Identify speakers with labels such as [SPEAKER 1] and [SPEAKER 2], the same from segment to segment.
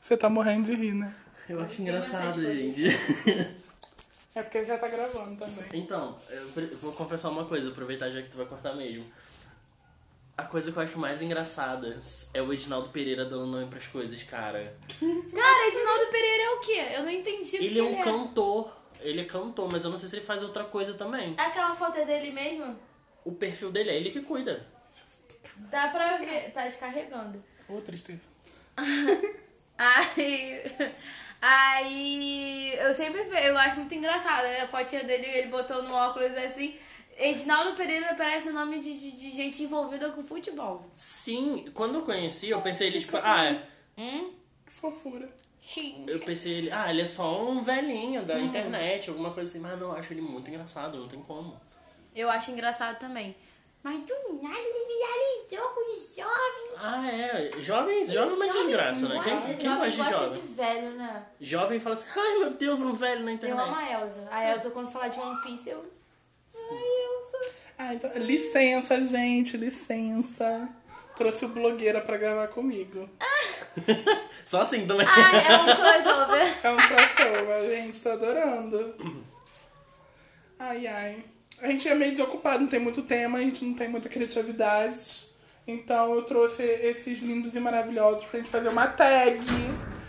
[SPEAKER 1] Você tá morrendo de rir, né?
[SPEAKER 2] Eu acho
[SPEAKER 3] Tem
[SPEAKER 2] engraçado,
[SPEAKER 3] essas coisas.
[SPEAKER 2] gente.
[SPEAKER 1] É porque já tá gravando também.
[SPEAKER 2] Então, eu pre- vou confessar uma coisa, aproveitar já que tu vai cortar mesmo. A coisa que eu acho mais engraçada é o Edinaldo Pereira dando nome pras coisas, cara.
[SPEAKER 3] Cara, Edinaldo Pereira é o quê? Eu não entendi o que
[SPEAKER 2] Ele é um
[SPEAKER 3] ele é.
[SPEAKER 2] cantor. Ele é cantor, mas eu não sei se ele faz outra coisa também.
[SPEAKER 3] Aquela foto é dele mesmo?
[SPEAKER 2] O perfil dele é ele que cuida.
[SPEAKER 3] Dá pra ver. Tá descarregando.
[SPEAKER 1] Ô, tristeza.
[SPEAKER 3] Aí. Aí. Eu sempre vejo, eu acho muito engraçado. né? A fotinha dele, ele botou no óculos assim. Edinaldo Pereira parece o nome de, de, de gente envolvida com futebol.
[SPEAKER 2] Sim, quando eu conheci, eu pensei ele, tipo, ah,
[SPEAKER 3] Hum?
[SPEAKER 1] Que fofura.
[SPEAKER 3] Sim.
[SPEAKER 2] eu pensei ele, ah, ele é só um velhinho da internet, alguma coisa assim, mas não, eu acho ele muito engraçado, não tem como.
[SPEAKER 3] Eu acho engraçado também. Mas do nada ele viralizou com os jovens.
[SPEAKER 2] Ah, é. Jovem, jovem é uma desgraça, né? Quem, quem
[SPEAKER 3] Nossa,
[SPEAKER 2] gosta de
[SPEAKER 3] gosta
[SPEAKER 2] jovem?
[SPEAKER 3] de velho, né?
[SPEAKER 2] Jovem fala assim, ai meu Deus, um velho na
[SPEAKER 3] Eu amo
[SPEAKER 2] internet.
[SPEAKER 3] a Elsa. A Elsa, quando falar de One Piece, eu. Ai, Elsa.
[SPEAKER 1] Ah, então, licença, gente, licença. Trouxe o blogueira pra gravar comigo.
[SPEAKER 2] Só assim também.
[SPEAKER 1] Ah,
[SPEAKER 3] Ai, é um crossover.
[SPEAKER 1] É um crossover, gente, tô adorando. Ai, ai. A gente é meio desocupado, não tem muito tema, a gente não tem muita criatividade. Então eu trouxe esses lindos e maravilhosos pra gente fazer uma tag.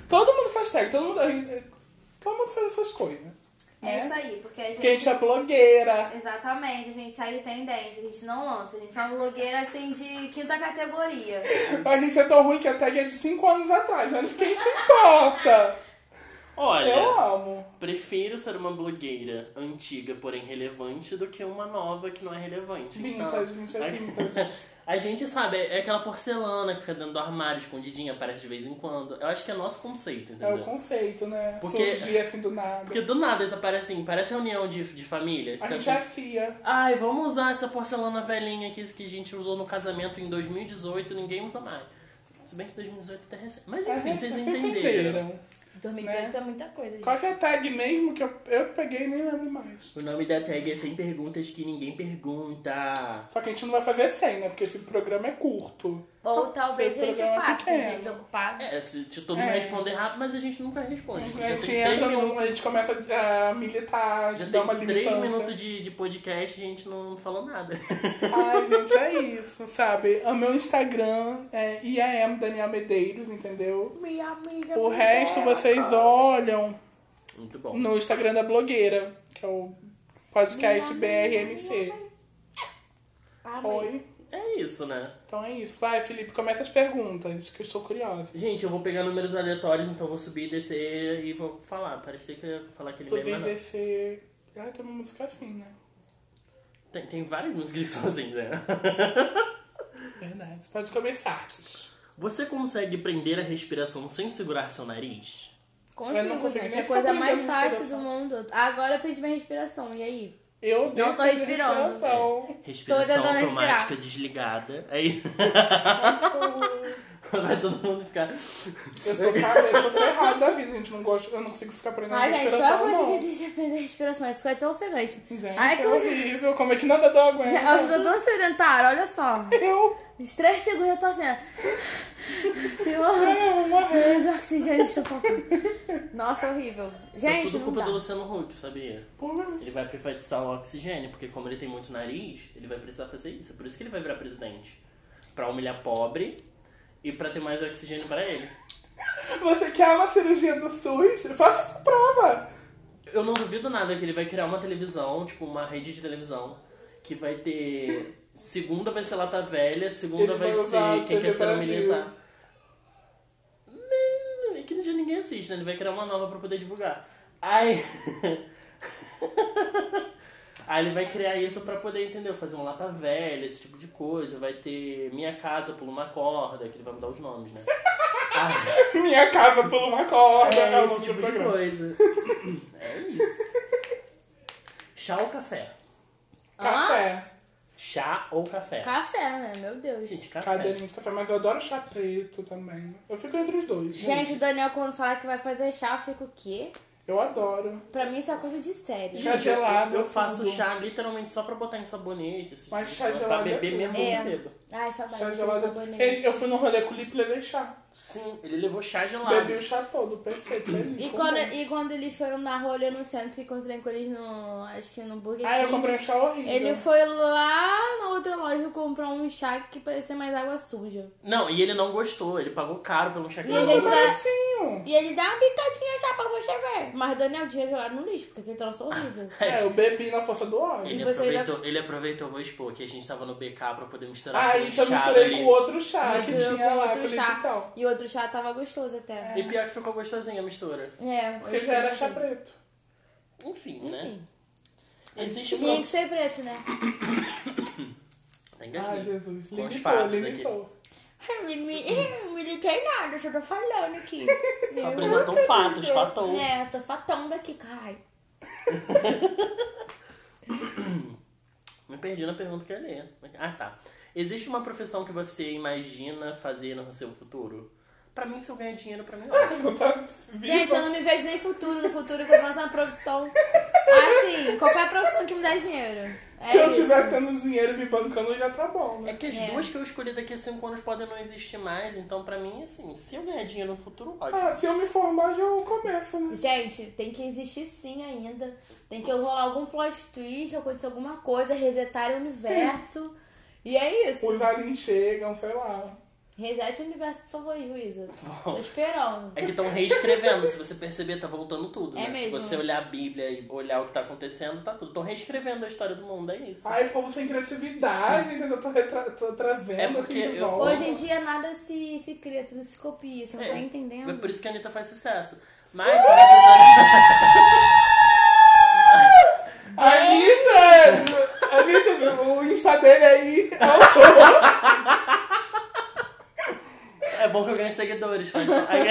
[SPEAKER 1] Todo mundo faz tag, todo mundo, todo mundo faz essas coisas.
[SPEAKER 3] É
[SPEAKER 1] né?
[SPEAKER 3] isso aí, porque a gente. tá-
[SPEAKER 1] Porque a gente é blogueira.
[SPEAKER 3] Exatamente, a gente segue tendência, a gente não lança, a gente é um blogueira assim de quinta categoria.
[SPEAKER 1] A gente é tão ruim que a tag é de 5 anos atrás, mas quem se importa? Eu
[SPEAKER 2] Olha,
[SPEAKER 1] amo.
[SPEAKER 2] prefiro ser uma blogueira antiga, porém relevante, do que uma nova que não é relevante.
[SPEAKER 1] Vintage,
[SPEAKER 2] Então,
[SPEAKER 1] gente, é vintage.
[SPEAKER 2] a, a gente sabe, é aquela porcelana que fica dentro do armário, escondidinha, aparece de vez em quando. Eu acho que é nosso
[SPEAKER 1] É
[SPEAKER 2] conceito,
[SPEAKER 1] o
[SPEAKER 2] entendeu?
[SPEAKER 1] conceito, né?
[SPEAKER 2] Porque-
[SPEAKER 1] Surgia assim do nada.
[SPEAKER 2] Porque do nada eles aparecem, parece reunião de, de família.
[SPEAKER 1] A
[SPEAKER 2] Fica
[SPEAKER 1] gente é
[SPEAKER 2] assim,
[SPEAKER 1] fia.
[SPEAKER 2] Ai, vamos usar essa porcelana velhinha aqui que a gente usou no casamento em 2018 ninguém usa mais. Se bem que 2018 é até recente. Mas
[SPEAKER 1] A
[SPEAKER 2] enfim,
[SPEAKER 1] gente-
[SPEAKER 2] vocês
[SPEAKER 1] É, né? vocês
[SPEAKER 2] entenderam.
[SPEAKER 1] entenderam.
[SPEAKER 3] 2018 é muita coisa, gente.
[SPEAKER 1] Qual que é a tag mesmo que eu, eu peguei e nem lembro mais?
[SPEAKER 2] O nome da tag é Sem Perguntas Que Ninguém Pergunta.
[SPEAKER 1] Só que a gente não vai fazer 100, né? Porque esse programa é curto.
[SPEAKER 3] Ou talvez a
[SPEAKER 1] Seu
[SPEAKER 3] gente
[SPEAKER 1] programa
[SPEAKER 3] faça, porque a
[SPEAKER 1] pequeno.
[SPEAKER 3] gente é ocupado.
[SPEAKER 2] É, se se todo mundo
[SPEAKER 1] É.
[SPEAKER 2] responder rápido, mas a gente nunca responde.
[SPEAKER 1] A gente,
[SPEAKER 2] Já tem três
[SPEAKER 1] entra num.
[SPEAKER 2] minutos-
[SPEAKER 1] A gente começa a a militar, a
[SPEAKER 2] Já
[SPEAKER 1] gente dá uma
[SPEAKER 2] tem três minutos
[SPEAKER 1] limitância.
[SPEAKER 2] de, de podcast e a gente não falou nada.
[SPEAKER 1] Ai, gente, é isso, sabe? O meu Instagram é IAM Daniel Medeiros, entendeu?
[SPEAKER 3] Minha amiga.
[SPEAKER 1] O resto vocês olham
[SPEAKER 2] Muito bom.
[SPEAKER 1] no Instagram da blogueira, que é o podcast BRMC. Oi.
[SPEAKER 2] É isso, né?
[SPEAKER 1] Então é isso. Vai, Felipe, começa as perguntas, que eu sou curiosa.
[SPEAKER 2] Gente, eu vou pegar números aleatórios, então eu vou subir, descer e vou falar. Parecia que eu ia falar aquele
[SPEAKER 1] Subir,
[SPEAKER 2] meme, mas não.
[SPEAKER 1] descer. Ah, tem uma música assim, né?
[SPEAKER 2] Tem, tem várias músicas que são assim, né?
[SPEAKER 1] Verdade. Pode começar. Tis.
[SPEAKER 2] Você consegue prender a respiração sem segurar seu nariz?
[SPEAKER 1] Eu não
[SPEAKER 3] Consigo,
[SPEAKER 1] consigo
[SPEAKER 3] gente.
[SPEAKER 1] nem
[SPEAKER 3] É a coisa
[SPEAKER 1] ficar
[SPEAKER 3] mais
[SPEAKER 1] prendendo
[SPEAKER 3] fácil do
[SPEAKER 1] respiração.
[SPEAKER 3] mundo. Agora eu perdi minha respiração, e aí?
[SPEAKER 1] Eu detesto
[SPEAKER 3] tô respirando.
[SPEAKER 1] respiração.
[SPEAKER 2] Respiração
[SPEAKER 3] tentando
[SPEAKER 2] automática
[SPEAKER 3] respirar.
[SPEAKER 2] desligada. Aí. Vai todo mundo ficar.
[SPEAKER 1] Eu sou, cara, eu sou ferrado da vida, gente. Não gosto, eu não consigo ficar prendendo
[SPEAKER 3] Ai, gente, qual é a
[SPEAKER 1] respiração,
[SPEAKER 3] coisa que
[SPEAKER 1] não.
[SPEAKER 3] existe é perder a respiração? É ficar tão ofegante.
[SPEAKER 1] Gente,
[SPEAKER 3] Ai, que
[SPEAKER 1] é
[SPEAKER 3] eu já-
[SPEAKER 1] horrível. Como é que nada dá aguenta?
[SPEAKER 3] Eu sou tão sedentária, olha só.
[SPEAKER 1] Eu
[SPEAKER 3] Uns três segundos eu tô assim. ó. Senhor,
[SPEAKER 1] quero morrer.
[SPEAKER 3] os oxigênios estão faltando. Nossa, horrível.
[SPEAKER 2] É
[SPEAKER 3] Gente,
[SPEAKER 2] tudo
[SPEAKER 3] não
[SPEAKER 2] culpa
[SPEAKER 3] dá.
[SPEAKER 2] do Luciano Huck, sabia?
[SPEAKER 1] Pô,
[SPEAKER 2] Ele vai privatizar o oxigênio, porque como ele tem muito nariz, ele vai precisar fazer isso. É Por isso que ele vai virar presidente. Pra humilhar pobre e pra ter mais oxigênio pra ele.
[SPEAKER 1] Você quer uma cirurgia do SUS? Faça essa prova.
[SPEAKER 2] Eu não duvido nada que ele vai criar uma televisão, tipo uma rede de televisão, que vai ter. Segunda vai ser Lata Velha, segunda
[SPEAKER 1] Ele vai
[SPEAKER 2] vai
[SPEAKER 1] usar
[SPEAKER 2] ser Quem
[SPEAKER 1] TV
[SPEAKER 2] Quer Ser um
[SPEAKER 1] Brasil.
[SPEAKER 2] Militar. Nem- nem- Que no dia ninguém assiste, né? Ele vai criar uma nova pra poder divulgar. Aí. Aí ele vai criar isso pra poder, entendeu? Fazer um Lata Velha, esse tipo de coisa. Vai ter Minha Casa Pula uma Corda, que ele vai mudar os nomes, né? Aí-
[SPEAKER 1] Minha casa por uma corda.
[SPEAKER 2] é,
[SPEAKER 1] o nome
[SPEAKER 2] esse
[SPEAKER 1] do
[SPEAKER 2] tipo de
[SPEAKER 1] programa.
[SPEAKER 2] coisa. é isso. Chá ou café?
[SPEAKER 3] Ah?
[SPEAKER 1] Café.
[SPEAKER 2] Chá ou café?
[SPEAKER 3] Café, né? Meu Deus.
[SPEAKER 2] Gente, café.
[SPEAKER 1] Cadeirinha de café. Mas eu adoro chá preto também. Eu fico entre os dois.
[SPEAKER 3] Gente, o Daniel, quando fala que vai fazer chá, eu fico o quê?
[SPEAKER 1] Eu adoro.
[SPEAKER 3] Pra mim, isso é coisa de sério.
[SPEAKER 1] Chá
[SPEAKER 2] Gente, eu-
[SPEAKER 1] gelado,
[SPEAKER 2] Eu,
[SPEAKER 1] tudo.
[SPEAKER 2] faço chá literalmente só pra botar em sabonete. Esse
[SPEAKER 1] Mas
[SPEAKER 2] tipo de
[SPEAKER 1] chá
[SPEAKER 2] coisa,
[SPEAKER 1] gelado
[SPEAKER 2] Pra
[SPEAKER 1] é
[SPEAKER 2] beber
[SPEAKER 1] tudo.
[SPEAKER 2] mesmo,
[SPEAKER 3] É.
[SPEAKER 2] eu não bebo.
[SPEAKER 3] Ai, saudade.
[SPEAKER 1] Chá
[SPEAKER 3] daquele
[SPEAKER 1] gelado.
[SPEAKER 3] sabonete.
[SPEAKER 1] Ele- Eu fui no rolê com o Lipe e levei chá.
[SPEAKER 2] Sim, ele levou chá gelado.
[SPEAKER 1] Bebi o chá todo, perfeito, feliz.
[SPEAKER 3] E
[SPEAKER 1] com
[SPEAKER 3] quando,
[SPEAKER 1] Deus.
[SPEAKER 3] e quando eles foram na rolha no centro que encontrei com eles no. Acho que no Burger
[SPEAKER 1] Ah, eu
[SPEAKER 3] King.
[SPEAKER 1] comprei um chá horrível.
[SPEAKER 3] Ele foi lá na outra loja comprar um chá que parecia mais água suja.
[SPEAKER 2] Não, e ele não gostou, ele pagou caro pelo chá
[SPEAKER 3] E a
[SPEAKER 1] Mas
[SPEAKER 2] gelado.
[SPEAKER 3] gente
[SPEAKER 1] é
[SPEAKER 3] vai-
[SPEAKER 1] baratinho.
[SPEAKER 3] E ele dá uma pitadinha já pra você ver. Mas Daniel tinha jogado no lixo, porque aquele troço é horrível.
[SPEAKER 1] É, eu bebi na força do óleo.
[SPEAKER 2] Ele
[SPEAKER 3] E você
[SPEAKER 2] aproveitou, ele aproveitou, vou expor, que a gente tava no BK pra poder misturar
[SPEAKER 1] Aí
[SPEAKER 2] aquele
[SPEAKER 1] Ah, eu
[SPEAKER 2] chá
[SPEAKER 1] misturei
[SPEAKER 2] ali.
[SPEAKER 1] com outro chá
[SPEAKER 3] Mas
[SPEAKER 1] que
[SPEAKER 3] eu
[SPEAKER 1] tinha
[SPEAKER 3] com
[SPEAKER 1] lá, com
[SPEAKER 3] outro
[SPEAKER 1] Lipe
[SPEAKER 3] chá.
[SPEAKER 1] e tal. É.
[SPEAKER 3] E outro chá tava gostoso até.
[SPEAKER 2] E pior que ficou gostosinha a mistura.
[SPEAKER 3] É,
[SPEAKER 1] Porque
[SPEAKER 3] eu
[SPEAKER 1] já era
[SPEAKER 3] gostei.
[SPEAKER 1] chá preto.
[SPEAKER 2] Enfim, né?
[SPEAKER 3] Enfim.
[SPEAKER 2] Existe
[SPEAKER 1] tipo,
[SPEAKER 3] Tinha que
[SPEAKER 2] uma...
[SPEAKER 3] ser preto, né?
[SPEAKER 2] Tá
[SPEAKER 1] Ah,
[SPEAKER 2] engasgado.
[SPEAKER 1] Jesus.
[SPEAKER 2] Com os
[SPEAKER 1] Limitou,
[SPEAKER 2] fatos
[SPEAKER 1] limitou.
[SPEAKER 3] Eu não me- eu não me liguei nada, só tô falando aqui.
[SPEAKER 2] Só
[SPEAKER 1] um
[SPEAKER 2] apresentou fatos, fatou.
[SPEAKER 3] É, eu tô fatando aqui, caralho.
[SPEAKER 2] Me perdi na pergunta que eu ia ler. Ah, tá. Existe uma profissão que você imagina fazer no seu futuro? Pra mim, se eu ganhar dinheiro, pra mim, é ótimo.
[SPEAKER 1] Não tá
[SPEAKER 3] Gente, eu
[SPEAKER 1] vivo.
[SPEAKER 3] não me vejo nem futuro. No futuro, eu vou fazer uma profissão. Assim, qualquer profissão que me dá dinheiro. É
[SPEAKER 1] Se eu
[SPEAKER 3] isso.
[SPEAKER 1] tiver tendo dinheiro me bancando, já tá bom, né?
[SPEAKER 2] É que as
[SPEAKER 3] É.
[SPEAKER 2] duas que eu escolhi daqui a cinco anos podem não existir mais, então pra mim, assim, se eu ganhar dinheiro no futuro, ótimo.
[SPEAKER 1] Ah, se eu me formar, já eu começo, né?
[SPEAKER 3] Gente, tem que existir sim ainda. Tem que rolar algum plot twist, acontecer alguma coisa, resetar o universo. E é isso.
[SPEAKER 1] Os aliens chegam, sei lá.
[SPEAKER 3] Resete o universo, por favor, juíza. Tô esperando.
[SPEAKER 2] É que estão reescrevendo, se você perceber, tá voltando tudo,
[SPEAKER 3] É
[SPEAKER 2] né?
[SPEAKER 3] mesmo.
[SPEAKER 2] Se você olhar a Bíblia e olhar o que tá acontecendo, tá tudo. Estão reescrevendo a história do mundo, é isso.
[SPEAKER 1] Ai, o povo sem criatividade, entendeu? Tô, retra... tô trazendo
[SPEAKER 2] É porque
[SPEAKER 1] aqui de
[SPEAKER 2] eu-
[SPEAKER 1] volta.
[SPEAKER 3] Hoje em dia nada se, se cria, tudo se copia. Você não
[SPEAKER 2] É,
[SPEAKER 3] tá
[SPEAKER 2] É
[SPEAKER 3] entendendo?
[SPEAKER 2] por isso que a Anitta faz sucesso. Mas se você
[SPEAKER 3] é-
[SPEAKER 1] Anitta! Anitta, o Insta dele aí. autor.
[SPEAKER 2] É bom que eu ganhe seguidores. mas- Ai,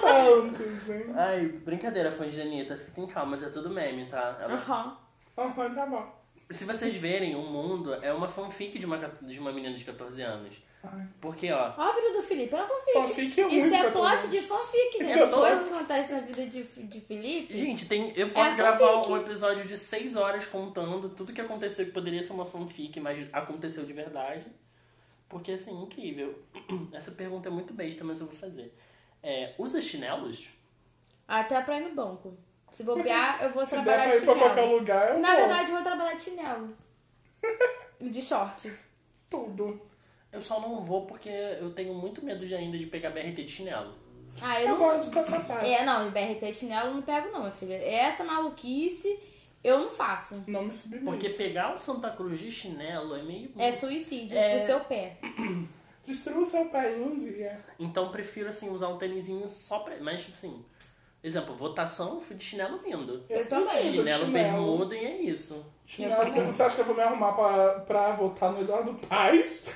[SPEAKER 1] Santos, hein?
[SPEAKER 2] Ai, brincadeira, fãs de Anitta. Fiquem calmas, é tudo meme, tá? Ela-
[SPEAKER 3] Aham.
[SPEAKER 1] Aham, tá bom.
[SPEAKER 2] Se vocês verem, o mundo é uma fanfic de uma, ca- de uma menina de 14 anos.
[SPEAKER 1] Ai.
[SPEAKER 2] Porque, ó,
[SPEAKER 3] Olha a vida do Felipe, é uma fanfic.
[SPEAKER 1] Fanfic é muito
[SPEAKER 3] Isso é
[SPEAKER 1] catorze.
[SPEAKER 3] plot de fanfic, gente.
[SPEAKER 2] É
[SPEAKER 3] As coisas
[SPEAKER 2] todo-
[SPEAKER 3] que acontecem na vida de, de Felipe.
[SPEAKER 2] Gente, tem, eu posso
[SPEAKER 3] a
[SPEAKER 2] gravar
[SPEAKER 3] É fanfic.
[SPEAKER 2] um episódio de 6 horas contando tudo que aconteceu, que poderia ser uma fanfic, mas aconteceu de verdade. Porque, assim, incrível. Essa pergunta é muito besta, mas eu vou fazer. É, usa chinelos?
[SPEAKER 3] Até pra ir no banco. Se bobear, eu vou
[SPEAKER 1] Se der
[SPEAKER 3] trabalhar
[SPEAKER 1] pra
[SPEAKER 3] de
[SPEAKER 1] ir pra qualquer
[SPEAKER 3] chinelo.
[SPEAKER 1] lugar, eu
[SPEAKER 3] Na
[SPEAKER 1] vou.
[SPEAKER 3] verdade, eu vou trabalhar de chinelo. E de short.
[SPEAKER 1] Tudo.
[SPEAKER 2] Eu só não vou porque eu tenho muito medo de ainda de pegar BRT de chinelo.
[SPEAKER 3] Ah, eu
[SPEAKER 1] Eu
[SPEAKER 3] não.
[SPEAKER 1] gosto de passar parte.
[SPEAKER 3] É, não, BRT chinelo eu não pego, não, minha filha. É Essa maluquice eu não faço.
[SPEAKER 1] Não me submeto.
[SPEAKER 2] Porque pegar o Santa Cruz de chinelo é meio.
[SPEAKER 3] É suicídio
[SPEAKER 2] É.
[SPEAKER 3] pro seu pé.
[SPEAKER 1] Destrua o seu pai um dia.
[SPEAKER 2] Então prefiro, assim, usar um tênisinho só pra. Mas, tipo assim. Exemplo, votação, fui de chinelo lindo.
[SPEAKER 3] Eu
[SPEAKER 1] fui
[SPEAKER 3] também.
[SPEAKER 1] muito É, de
[SPEAKER 2] Chinelo, bermuda e é isso.
[SPEAKER 1] Chinelo,
[SPEAKER 3] Eu também.
[SPEAKER 1] Você acha que eu vou me arrumar pra, pra votar no Eduardo Paz?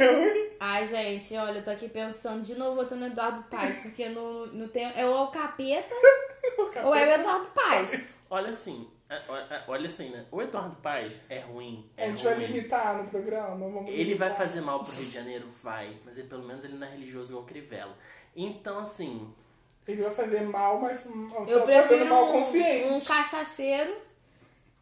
[SPEAKER 3] Ai, gente, olha, eu tô aqui pensando de novo, eu tô no Eduardo Paz, porque no, no tem, é ou é o capeta ou é o Eduardo Paz.
[SPEAKER 2] Olha assim, é, é, é, olha assim, né? O Eduardo Paz é ruim,
[SPEAKER 1] A
[SPEAKER 2] é
[SPEAKER 1] gente vai
[SPEAKER 2] ruim.
[SPEAKER 1] limitar no programa? Vamos
[SPEAKER 2] Ele vai
[SPEAKER 1] limitar.
[SPEAKER 2] fazer mal pro Rio de Janeiro? Vai. Mas ele, pelo menos ele não é religioso igual o Crivella. Então, assim,
[SPEAKER 1] Ele vai fazer mal, mas hum, só
[SPEAKER 3] Eu
[SPEAKER 1] fazendo
[SPEAKER 3] prefiro
[SPEAKER 1] mal consciente.
[SPEAKER 3] um, um cachaceiro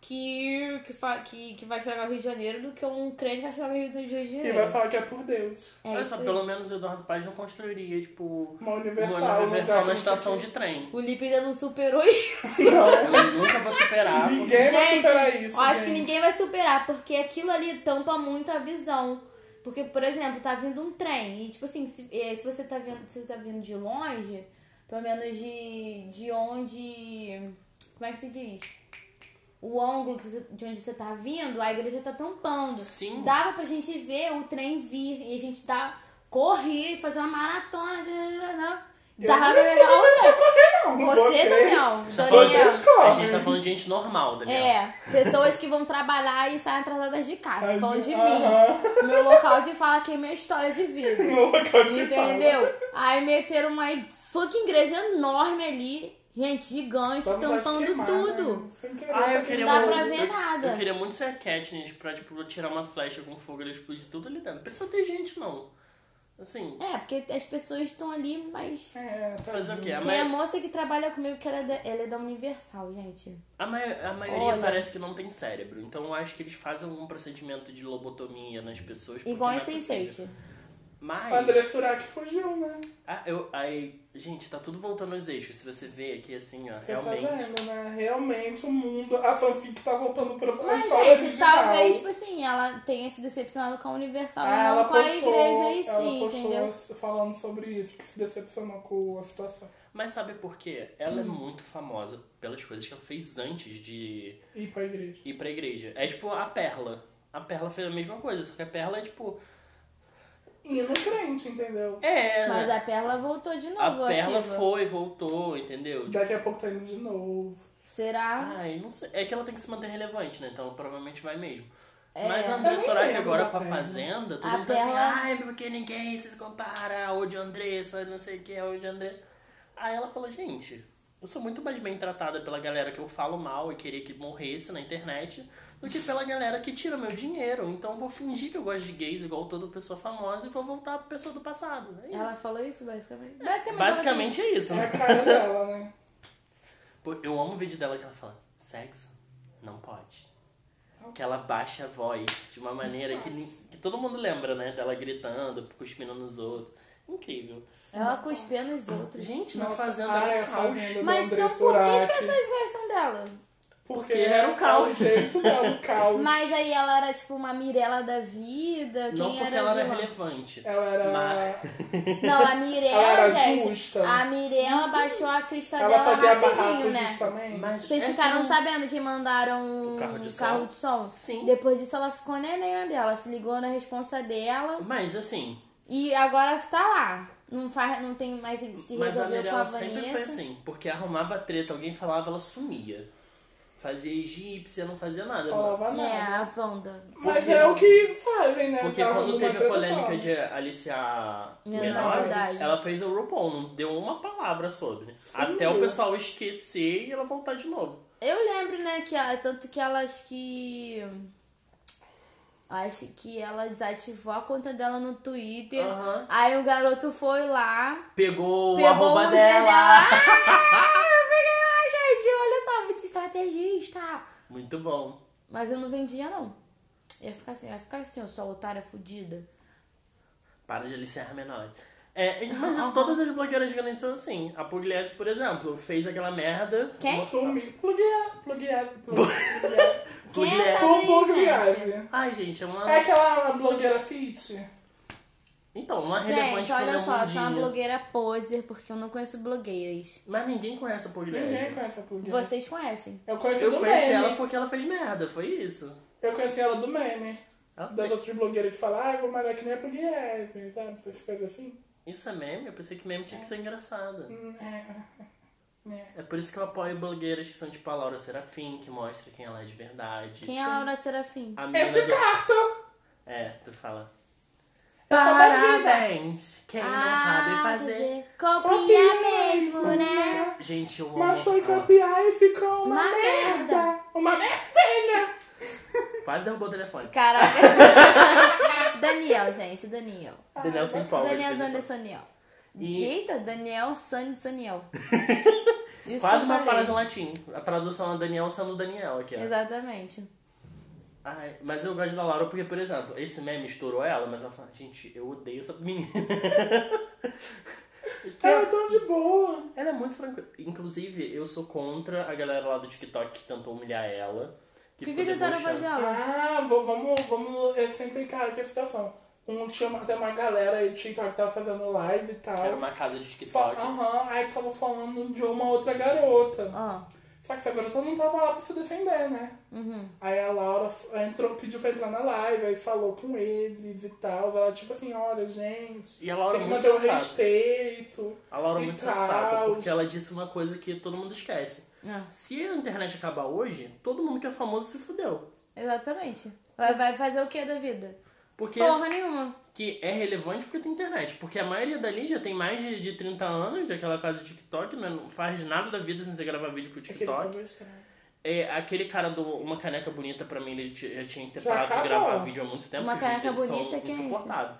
[SPEAKER 3] que, que, fa- que, que vai chegar ao Rio de Janeiro do que um crente que vai chegar ao Rio de
[SPEAKER 1] E
[SPEAKER 3] Janeiro.
[SPEAKER 1] vai falar que é por Deus.
[SPEAKER 3] É
[SPEAKER 2] olha
[SPEAKER 3] isso
[SPEAKER 2] só,
[SPEAKER 3] aí.
[SPEAKER 2] pelo menos o Eduardo Paz não construiria, tipo,
[SPEAKER 1] Uma universal.
[SPEAKER 2] uma
[SPEAKER 1] um lugar
[SPEAKER 2] universal
[SPEAKER 1] que
[SPEAKER 2] na
[SPEAKER 1] não
[SPEAKER 2] estação
[SPEAKER 1] se-
[SPEAKER 2] de trem.
[SPEAKER 3] O Lipe ainda não superou isso.
[SPEAKER 1] Não. né?
[SPEAKER 2] Eu nunca vou superar. porque-
[SPEAKER 1] Ninguém vai
[SPEAKER 3] Gente,
[SPEAKER 1] superar isso.
[SPEAKER 3] eu acho que
[SPEAKER 1] gente.
[SPEAKER 3] ninguém vai superar, porque aquilo ali tampa muito a visão. Porque, por exemplo, tá vindo um trem, e tipo assim, se, eh, se você tá vendo, se você tá vindo de longe, pelo menos de, de onde. Como é que se diz? O ângulo que você- de onde você tá vindo, a igreja tá tampando.
[SPEAKER 2] Sim.
[SPEAKER 3] Dava pra gente ver o trem vir e a gente tá correr e fazer uma maratona. jararara.
[SPEAKER 1] Eu
[SPEAKER 3] Dava
[SPEAKER 1] não
[SPEAKER 3] pra pegar o trem.
[SPEAKER 1] Não, não
[SPEAKER 3] Você,
[SPEAKER 1] botei.
[SPEAKER 3] Daniel.
[SPEAKER 1] Botei
[SPEAKER 3] Daniel.
[SPEAKER 1] as costas.
[SPEAKER 2] A tá gente tá falando de gente normal, Daniel.
[SPEAKER 3] É, pessoas que vão trabalhar e saem atrasadas de casa, falam tá de
[SPEAKER 1] ah,
[SPEAKER 3] mim.
[SPEAKER 1] Aham.
[SPEAKER 3] Meu local de fala que é minha história de vida.
[SPEAKER 1] No local de fala.
[SPEAKER 3] Entendeu? Aí meteram uma fucking igreja enorme ali, gente, gigante,
[SPEAKER 1] Dá vontade de
[SPEAKER 3] tampando
[SPEAKER 1] queimar,
[SPEAKER 3] tudo.
[SPEAKER 1] né? Sem querer.
[SPEAKER 2] Ah, eu
[SPEAKER 1] tá
[SPEAKER 2] queria
[SPEAKER 3] Não dá
[SPEAKER 2] muito-
[SPEAKER 3] pra ver
[SPEAKER 2] eu-
[SPEAKER 3] nada.
[SPEAKER 2] Eu queria muito ser né, tipo, a Katniss pra, tipo, tirar uma flecha com fogo e ela explodir tudo ali dentro. Precisa ter gente, não. Assim,
[SPEAKER 3] É, porque as pessoas estão ali, mas.
[SPEAKER 1] né? É, tá
[SPEAKER 2] fazer o quê? A,
[SPEAKER 3] Tem a
[SPEAKER 2] ma
[SPEAKER 3] moça que trabalha comigo que ela é da, ela é da Universal, gente.
[SPEAKER 2] a, ma- a maioria
[SPEAKER 3] Olha.
[SPEAKER 2] parece que não tem cérebro. Então eu acho que eles fazem um procedimento de lobotomia nas pessoas. porque
[SPEAKER 3] Igual
[SPEAKER 2] não
[SPEAKER 3] em
[SPEAKER 2] é possível.
[SPEAKER 3] Sense8.
[SPEAKER 2] Mas.
[SPEAKER 1] O André Surak fugiu, né?
[SPEAKER 2] Ah, eu, aí, gente, tá tudo voltando aos eixos. Se você vê aqui, assim, ó,
[SPEAKER 1] Você tá
[SPEAKER 2] realmente.
[SPEAKER 1] vendo, né? Realmente o mundo. A fanfic tá voltando pra pra
[SPEAKER 3] Mas,
[SPEAKER 1] história
[SPEAKER 3] gente,
[SPEAKER 1] original.
[SPEAKER 3] talvez, tipo assim, ela tenha se decepcionado com a Universal
[SPEAKER 1] Ah,
[SPEAKER 3] e não
[SPEAKER 1] ela
[SPEAKER 3] com
[SPEAKER 1] postou,
[SPEAKER 3] a igreja e
[SPEAKER 1] ela
[SPEAKER 3] sim,
[SPEAKER 1] postou
[SPEAKER 3] entendeu?
[SPEAKER 1] falando sobre isso, que se decepcionou com a situação.
[SPEAKER 2] Mas sabe por quê? Ela
[SPEAKER 3] Hum.
[SPEAKER 2] é muito famosa pelas coisas que ela fez antes de
[SPEAKER 1] E pra igreja.
[SPEAKER 2] ir pra igreja. É tipo a Perla. A Perla fez a mesma coisa, só que a Perla é tipo.
[SPEAKER 1] E no crente, entendeu?
[SPEAKER 2] É.
[SPEAKER 3] Mas
[SPEAKER 2] né?
[SPEAKER 3] a Perla voltou de
[SPEAKER 2] a
[SPEAKER 3] novo,
[SPEAKER 2] Perla
[SPEAKER 3] ativa.
[SPEAKER 2] foi, voltou, entendeu? Tipo,
[SPEAKER 1] Daqui a pouco tá indo de novo.
[SPEAKER 3] Será?
[SPEAKER 2] Ai, não sei. É que ela tem que se manter relevante, né? Então provavelmente vai mesmo.
[SPEAKER 3] É.
[SPEAKER 2] Mas a André
[SPEAKER 1] Eu nem
[SPEAKER 2] Soraya
[SPEAKER 1] lembro
[SPEAKER 2] agora
[SPEAKER 1] da
[SPEAKER 2] com a
[SPEAKER 1] Perla.
[SPEAKER 2] Fazenda, todo
[SPEAKER 3] A
[SPEAKER 2] mundo tá assim,
[SPEAKER 3] Perla-
[SPEAKER 2] ai, porque ninguém se compara, hoje Andressa, não sei o que, hoje Andressa. Aí ela fala, gente, eu sou muito mais bem tratada pela galera que eu falo mal e queria que morresse na internet do que pela galera que tira meu dinheiro. Então eu vou fingir que eu gosto de gays igual toda pessoa famosa e vou voltar pra pessoa do passado. É isso.
[SPEAKER 3] Ela falou isso, basicamente? Basicamente, ela
[SPEAKER 2] Basicamente é isso.
[SPEAKER 1] É a cara dela, né?
[SPEAKER 2] Pô, Eu amo o vídeo dela que ela fala, sexo não pode. Que ela baixa a voz de uma maneira que, nin- que todo mundo lembra, né? Dela gritando, cuspindo nos outros. Incrível.
[SPEAKER 3] tem- ela cuspia nos outros.
[SPEAKER 2] Gente, na
[SPEAKER 1] Nossa,
[SPEAKER 2] fazenda
[SPEAKER 1] ai,
[SPEAKER 2] era um
[SPEAKER 1] a
[SPEAKER 2] caos.
[SPEAKER 1] Fazenda. Eu
[SPEAKER 3] Mas
[SPEAKER 1] dou
[SPEAKER 3] então
[SPEAKER 1] André
[SPEAKER 3] por que as
[SPEAKER 1] Surak.
[SPEAKER 3] pessoas gostam dela?
[SPEAKER 1] Porque
[SPEAKER 2] era um
[SPEAKER 1] é
[SPEAKER 2] caos.
[SPEAKER 1] O jeito dela, o caos.
[SPEAKER 3] Mas aí ela era tipo uma Mirella da vida, quem
[SPEAKER 2] Não porque
[SPEAKER 3] era,
[SPEAKER 2] ela era
[SPEAKER 3] vilã?
[SPEAKER 2] relevante.
[SPEAKER 1] Ela era.
[SPEAKER 2] Mas-
[SPEAKER 3] Não, a
[SPEAKER 1] Ela
[SPEAKER 3] Mirella,
[SPEAKER 1] era
[SPEAKER 3] gente.
[SPEAKER 1] justa.
[SPEAKER 3] A Mirella baixou a crista
[SPEAKER 1] Ela
[SPEAKER 3] dela
[SPEAKER 1] fazia
[SPEAKER 3] rapidinho,
[SPEAKER 1] barracos
[SPEAKER 3] né?
[SPEAKER 1] justamente.
[SPEAKER 2] Mas
[SPEAKER 3] Vocês
[SPEAKER 2] é
[SPEAKER 3] ficaram
[SPEAKER 2] que-
[SPEAKER 3] sabendo que mandaram
[SPEAKER 2] O
[SPEAKER 3] um
[SPEAKER 2] carro de som?
[SPEAKER 3] carro de som?
[SPEAKER 2] Sim.
[SPEAKER 3] Depois disso ela ficou neném na dela, se ligou na responsa dela
[SPEAKER 2] Mas assim,
[SPEAKER 3] e agora tá lá. Não, faz, não tem mais se
[SPEAKER 2] mas a
[SPEAKER 3] resolveu com a
[SPEAKER 2] Mirella sempre foi
[SPEAKER 3] Vanessa.
[SPEAKER 2] assim. Porque arrumava treta, alguém falava, ela sumia. Fazia egípcia, não fazia nada.
[SPEAKER 1] Falava
[SPEAKER 3] É,
[SPEAKER 1] nada.
[SPEAKER 3] a Wanda.
[SPEAKER 1] Mas
[SPEAKER 2] Porque-
[SPEAKER 1] é o que fazem, né?
[SPEAKER 2] Porque
[SPEAKER 1] Dá
[SPEAKER 2] quando
[SPEAKER 1] uma
[SPEAKER 2] teve a
[SPEAKER 1] tradução.
[SPEAKER 2] polêmica de aliciar
[SPEAKER 3] Menor
[SPEAKER 2] menor,
[SPEAKER 1] de
[SPEAKER 3] idade.
[SPEAKER 2] ela fez o RuPaul, não deu uma palavra sobre. Até o pessoal esquecer e ela voltar de novo.
[SPEAKER 3] Eu lembro, né, que ela, tanto que elas que. Acho que ela desativou a conta dela no Twitter.
[SPEAKER 2] Aham.
[SPEAKER 3] Aí o garoto foi lá,
[SPEAKER 2] Pegou, o
[SPEAKER 3] pegou
[SPEAKER 2] arroba
[SPEAKER 3] o museu
[SPEAKER 2] dela.
[SPEAKER 3] dela. Ah, eu peguei lá, gente, olha só, muito estrategista.
[SPEAKER 2] Muito bom.
[SPEAKER 3] Mas eu não vendia, não. Ia ficar assim, ia ficar assim, eu sou otária fudida.
[SPEAKER 2] Para de aliciar menores. É, mas todas as blogueiras grandes são assim. A Pugliese, por exemplo, fez aquela merda.
[SPEAKER 3] Quem?
[SPEAKER 1] Sumi. Plugueado. Plugueado. Plugueado.
[SPEAKER 3] Quem é essa atriz, gente?
[SPEAKER 1] Plugueado.
[SPEAKER 2] Ai, gente, é uma.
[SPEAKER 1] né? É aquela blogueira fit?
[SPEAKER 2] Então, uma relevante
[SPEAKER 3] Gente, olha
[SPEAKER 2] pro meu
[SPEAKER 3] só, eu sou uma
[SPEAKER 2] mundinho.
[SPEAKER 3] blogueira poser, porque eu não conheço blogueiras.
[SPEAKER 2] Mas ninguém conhece a
[SPEAKER 1] Ninguém
[SPEAKER 2] Pugliese.
[SPEAKER 1] conhece a Plugueada.
[SPEAKER 3] Vocês conhecem?
[SPEAKER 1] Eu conheci
[SPEAKER 2] Eu
[SPEAKER 1] do
[SPEAKER 2] conheci
[SPEAKER 1] meme.
[SPEAKER 2] ela porque ela fez merda, foi isso.
[SPEAKER 1] Eu conheci ela do meme.
[SPEAKER 2] Ela
[SPEAKER 1] Das outras blogueiras que falam, ah, eu vou malhar que nem a Plugueada, sabe? Essas coisas assim.
[SPEAKER 2] Isso é meme? Eu pensei que meme tinha que ser engraçada.
[SPEAKER 1] Hum, É. É.
[SPEAKER 2] É por isso que eu apoio blogueiras que são tipo a Laura Serafim, que mostra quem ela é de verdade.
[SPEAKER 3] Quem é a Laura Serafim?
[SPEAKER 2] A
[SPEAKER 1] Eu
[SPEAKER 2] mina
[SPEAKER 1] te
[SPEAKER 2] do...
[SPEAKER 1] carto!
[SPEAKER 2] É, tu fala.
[SPEAKER 1] Eu sou bandida.
[SPEAKER 2] Parabéns! Quem
[SPEAKER 3] Ah,
[SPEAKER 2] não sabe fazer. Uhum.
[SPEAKER 3] dizer, Copia,
[SPEAKER 1] Copia
[SPEAKER 3] mesmo, né?
[SPEAKER 2] Gente, eu amo.
[SPEAKER 1] Mas foi
[SPEAKER 2] Ah,
[SPEAKER 1] copiar e ficou uma,
[SPEAKER 3] Uma
[SPEAKER 1] merda.
[SPEAKER 3] merda.
[SPEAKER 1] Uma merdinha!
[SPEAKER 2] Quase derrubou o telefone.
[SPEAKER 3] Caraca. Daniel, gente, Daniel.
[SPEAKER 2] Daniel se empolga.
[SPEAKER 3] Daniel
[SPEAKER 2] de vez em
[SPEAKER 3] Daniel Saniel.
[SPEAKER 2] E-
[SPEAKER 3] Eita, Daniel San Saniel.
[SPEAKER 2] quando.
[SPEAKER 3] Isso
[SPEAKER 2] Quase
[SPEAKER 3] que
[SPEAKER 2] uma
[SPEAKER 3] eu
[SPEAKER 2] um
[SPEAKER 3] falei.
[SPEAKER 2] frase em latim. A tradução é Daniel sendo Daniel aqui, ó.
[SPEAKER 3] Exatamente.
[SPEAKER 2] Ai, mas eu gosto da Laura porque, por exemplo, esse meme estourou ela, mas ela fala, gente, eu odeio essa menina. Que
[SPEAKER 1] Ela é tão de boa.
[SPEAKER 2] Ela é muito tranquila. Inclusive, eu sou contra a galera lá do TikTok que tentou humilhar ela.
[SPEAKER 3] O que,
[SPEAKER 2] ficou
[SPEAKER 3] que tá tentaram
[SPEAKER 2] debochando.
[SPEAKER 3] fazer, ó?
[SPEAKER 1] Ah, vou- vamos, vamos excentricar aqui a situação. Um, tinha uma, tem uma galera aí do TikTok que tava fazendo live e
[SPEAKER 2] Que era
[SPEAKER 1] tal.
[SPEAKER 2] uma casa de
[SPEAKER 1] Fa-
[SPEAKER 2] TikTok.
[SPEAKER 1] Aham, aí tava falando de uma outra garota.
[SPEAKER 3] Ó.
[SPEAKER 1] Só que essa garota não tava lá pra se defender, né?
[SPEAKER 3] Uhum.
[SPEAKER 1] Aí a Laura f- entrou, pediu pra entrar na live, aí falou com eles e tal. Ela tipo assim, olha, gente,
[SPEAKER 2] E a Laura
[SPEAKER 1] tem
[SPEAKER 2] é
[SPEAKER 1] que
[SPEAKER 2] muito
[SPEAKER 1] manter o
[SPEAKER 2] sensata.
[SPEAKER 1] respeito.
[SPEAKER 2] A Laura é
[SPEAKER 1] e
[SPEAKER 2] muito
[SPEAKER 1] tal.
[SPEAKER 2] sensata, porque ela disse uma coisa que todo mundo esquece.
[SPEAKER 3] Ah,
[SPEAKER 2] Se a internet acabar hoje, todo mundo que é famoso se fudeu.
[SPEAKER 3] exatamente. Vai, vai fazer o que da vida?
[SPEAKER 2] Porque é
[SPEAKER 3] Porra nenhuma.
[SPEAKER 2] que é relevante porque tem internet. Porque a maioria dali já tem mais de, de 30 anos, aquela casa de TikTok, né? não faz nada da vida sem você gravar vídeo pro
[SPEAKER 1] Aquele
[SPEAKER 2] TikTok.
[SPEAKER 1] povo estranho.
[SPEAKER 2] É, aquele cara do Uma Caneca Bonita, pra mim, ele ti- já tinha
[SPEAKER 1] Já
[SPEAKER 2] interpelado de
[SPEAKER 1] acabou.
[SPEAKER 2] gravar vídeo há muito tempo.
[SPEAKER 3] Uma
[SPEAKER 2] porque os
[SPEAKER 3] Caneca
[SPEAKER 2] vídeos deles
[SPEAKER 3] Bonita,
[SPEAKER 2] são
[SPEAKER 3] quem é esse?
[SPEAKER 2] insuportáveis.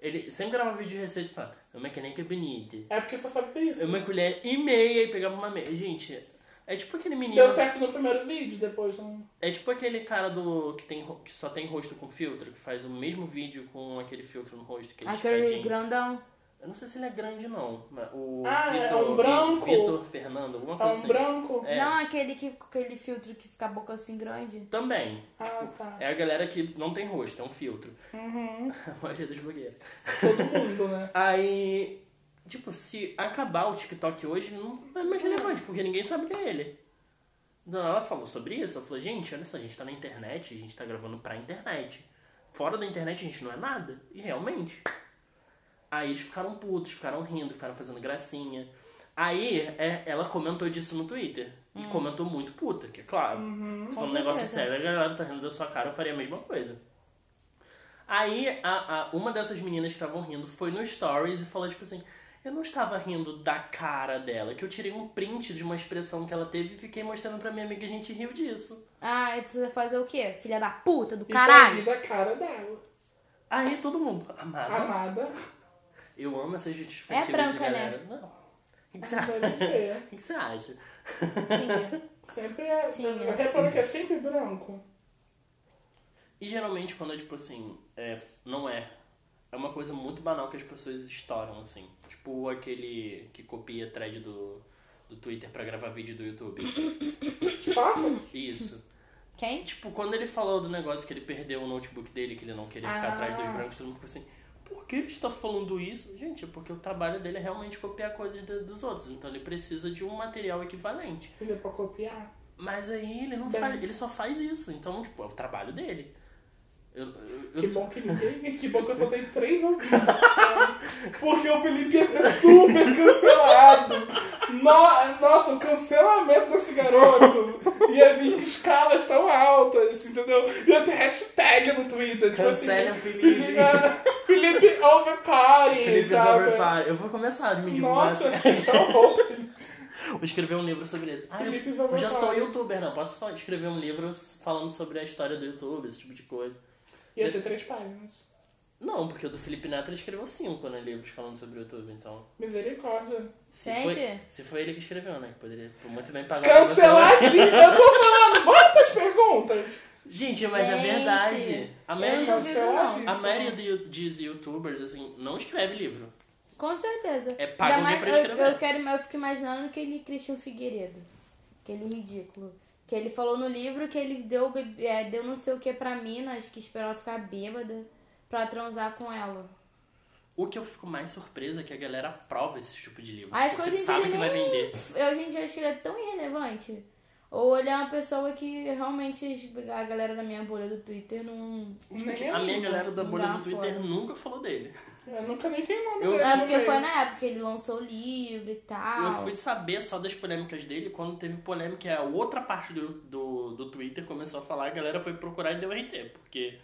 [SPEAKER 2] Ele sempre gravava vídeo de receita e falava, uma caneca bonita.
[SPEAKER 1] É porque só sabe isso.
[SPEAKER 2] Uma colher e meia e pegava uma meia. Gente, é tipo aquele menino.
[SPEAKER 1] Deu certo no primeiro vídeo, depois não.
[SPEAKER 2] É tipo aquele cara do. que, tem, ro- que só tem rosto com filtro, que faz o mesmo vídeo com aquele filtro no rosto que ele
[SPEAKER 3] Aquele grandão.
[SPEAKER 2] Eu não sei se ele é grande, não. mas O
[SPEAKER 1] Ah, é
[SPEAKER 2] Vitor,
[SPEAKER 1] um branco?
[SPEAKER 2] Vitor Fernando, alguma
[SPEAKER 1] É
[SPEAKER 2] coisa
[SPEAKER 1] um
[SPEAKER 2] assim.
[SPEAKER 1] branco?
[SPEAKER 2] É.
[SPEAKER 3] Não aquele que aquele filtro que fica a boca assim grande.
[SPEAKER 2] Também.
[SPEAKER 1] Ah, tá.
[SPEAKER 2] É a galera que não tem rosto, é um filtro. A maioria dos blogueiros.
[SPEAKER 1] Todo mundo, né?
[SPEAKER 2] Aí, tipo, se acabar o TikTok hoje, ele não é mais relevante, porque ninguém sabe quem é ele. Então ela falou sobre isso, ela falou, gente, olha só, a gente tá na internet, a gente tá gravando pra internet. Fora da internet a gente não é nada. E realmente. Aí eles ficaram putos, ficaram rindo, ficaram fazendo gracinha. Aí é, ela comentou disso no Twitter. E comentou muito puta, que é claro. Se for um
[SPEAKER 3] Hum. Uhum, com
[SPEAKER 2] negócio
[SPEAKER 3] certeza.
[SPEAKER 2] sério, a galera tá rindo da sua cara, eu faria a mesma coisa. Aí a- a- uma dessas meninas que estavam rindo foi no Stories e falou tipo assim: Eu não estava rindo da cara dela, que eu tirei um print de uma expressão que ela teve e fiquei mostrando pra minha amiga e a gente riu disso.
[SPEAKER 3] Ah, e tu vai fazer o quê? Filha da puta, do
[SPEAKER 1] E
[SPEAKER 3] caralho.
[SPEAKER 1] sair da cara dela.
[SPEAKER 2] Aí todo mundo, amada,
[SPEAKER 1] Amada.
[SPEAKER 2] eu amo essas justificativas.
[SPEAKER 3] É branca, É
[SPEAKER 2] de galera. Não. O que que você
[SPEAKER 3] Tá.
[SPEAKER 2] acha?
[SPEAKER 1] Deve ser.
[SPEAKER 2] O que que você acha? é
[SPEAKER 3] Tinha.
[SPEAKER 1] Sempre é.
[SPEAKER 3] Tinha.
[SPEAKER 1] Eu reparo que é sempre branco.
[SPEAKER 2] E geralmente quando é tipo assim, é, não é. É uma coisa muito banal que as pessoas estouram, assim. Tipo aquele que copia thread do, do Twitter pra gravar vídeo do YouTube.
[SPEAKER 1] Tipo,
[SPEAKER 2] Isso.
[SPEAKER 3] Quem?
[SPEAKER 2] Tipo, quando ele falou do negócio que ele perdeu o notebook dele, que ele não queria ficar
[SPEAKER 1] Ah.
[SPEAKER 2] atrás dos brancos, todo mundo ficou assim, por que ele está falando isso? Gente, é porque o trabalho dele é realmente copiar coisas de- dos outros, então ele precisa de um material equivalente.
[SPEAKER 1] filha pra copiar.
[SPEAKER 2] Mas aí ele não
[SPEAKER 1] Bem.
[SPEAKER 2] faz, ele só faz isso, então, tipo, é o trabalho dele. Eu, eu, eu-
[SPEAKER 1] Que bom que ninguém. Que bom que eu só tenho três ouvintes. sabe? Porque o Felipe ia ser super cancelado. No- nossa, o cancelamento desse garoto ia vir em escalas tão altas, entendeu? Ia ter hashtag no Twitter. Tipo
[SPEAKER 2] Cancela o
[SPEAKER 1] assim,
[SPEAKER 2] Felipe.
[SPEAKER 1] Felipe. Felipe over party.
[SPEAKER 2] Felipe
[SPEAKER 1] sabe?
[SPEAKER 2] Zoberpar, eu vou começar a me divulgar.
[SPEAKER 1] Nossa,
[SPEAKER 2] assim.
[SPEAKER 1] que horror,
[SPEAKER 2] Vou escrever um livro sobre isso. Ah, eu-
[SPEAKER 1] Felipe
[SPEAKER 2] eu já
[SPEAKER 1] Zoberpar.
[SPEAKER 2] sou youtuber, não. Posso fa- escrever um livro falando sobre a história do YouTube, esse tipo de coisa.
[SPEAKER 1] Ia ter três páginas.
[SPEAKER 2] Não, porque o do Felipe Neto ele escreveu cinco né, livros falando sobre o YouTube, então.
[SPEAKER 1] Misericórdia.
[SPEAKER 2] Se
[SPEAKER 3] Gente.
[SPEAKER 2] Foi, se foi ele que escreveu, né? que Poderia muito bem pagar. pra você lá.
[SPEAKER 1] Canceladinho, eu tô falando. Bora pras perguntas.
[SPEAKER 2] Gente, mas é
[SPEAKER 3] Gente,
[SPEAKER 2] verdade. A
[SPEAKER 3] Eu
[SPEAKER 2] maioria,
[SPEAKER 3] não duvido, não.
[SPEAKER 2] a maioria do- dos youtubers, assim, não escreve livro.
[SPEAKER 3] Com certeza.
[SPEAKER 2] É pago
[SPEAKER 3] Ainda mais,
[SPEAKER 2] pra
[SPEAKER 3] eu,
[SPEAKER 2] escrever.
[SPEAKER 3] eu, quero, eu fico imaginando aquele Christian Figueiredo. Aquele ridículo. Que ele falou no livro que ele deu, bebê- é, deu não sei o que pra mina, acho que esperou ela ficar bêbada pra transar com ela.
[SPEAKER 2] O que eu fico mais surpresa é que a galera aprova esse tipo de livro.
[SPEAKER 3] Ah, Acho que
[SPEAKER 2] porque
[SPEAKER 3] hoje em dia
[SPEAKER 2] sabe
[SPEAKER 3] ele
[SPEAKER 2] que vai
[SPEAKER 3] nem...
[SPEAKER 2] vender.
[SPEAKER 3] Pff, Eu, gente, acho que ele é tão irrelevante. Ou ele é uma pessoa que realmente a galera da minha bolha do Twitter não...
[SPEAKER 1] Nem
[SPEAKER 2] A
[SPEAKER 1] eu
[SPEAKER 2] minha
[SPEAKER 1] lembro.
[SPEAKER 2] galera da bolha
[SPEAKER 3] Lá
[SPEAKER 2] do Twitter
[SPEAKER 3] fora.
[SPEAKER 2] nunca falou dele.
[SPEAKER 1] Eu nunca nem tenho nome
[SPEAKER 2] Eu-
[SPEAKER 1] dele.
[SPEAKER 3] É porque
[SPEAKER 1] no
[SPEAKER 3] foi
[SPEAKER 1] meio.
[SPEAKER 3] na época que ele lançou o livro e tal.
[SPEAKER 2] Eu fui saber só das polêmicas dele quando teve polêmica, e a outra parte do, do, do Twitter começou a falar, a galera foi procurar e deu RT, porque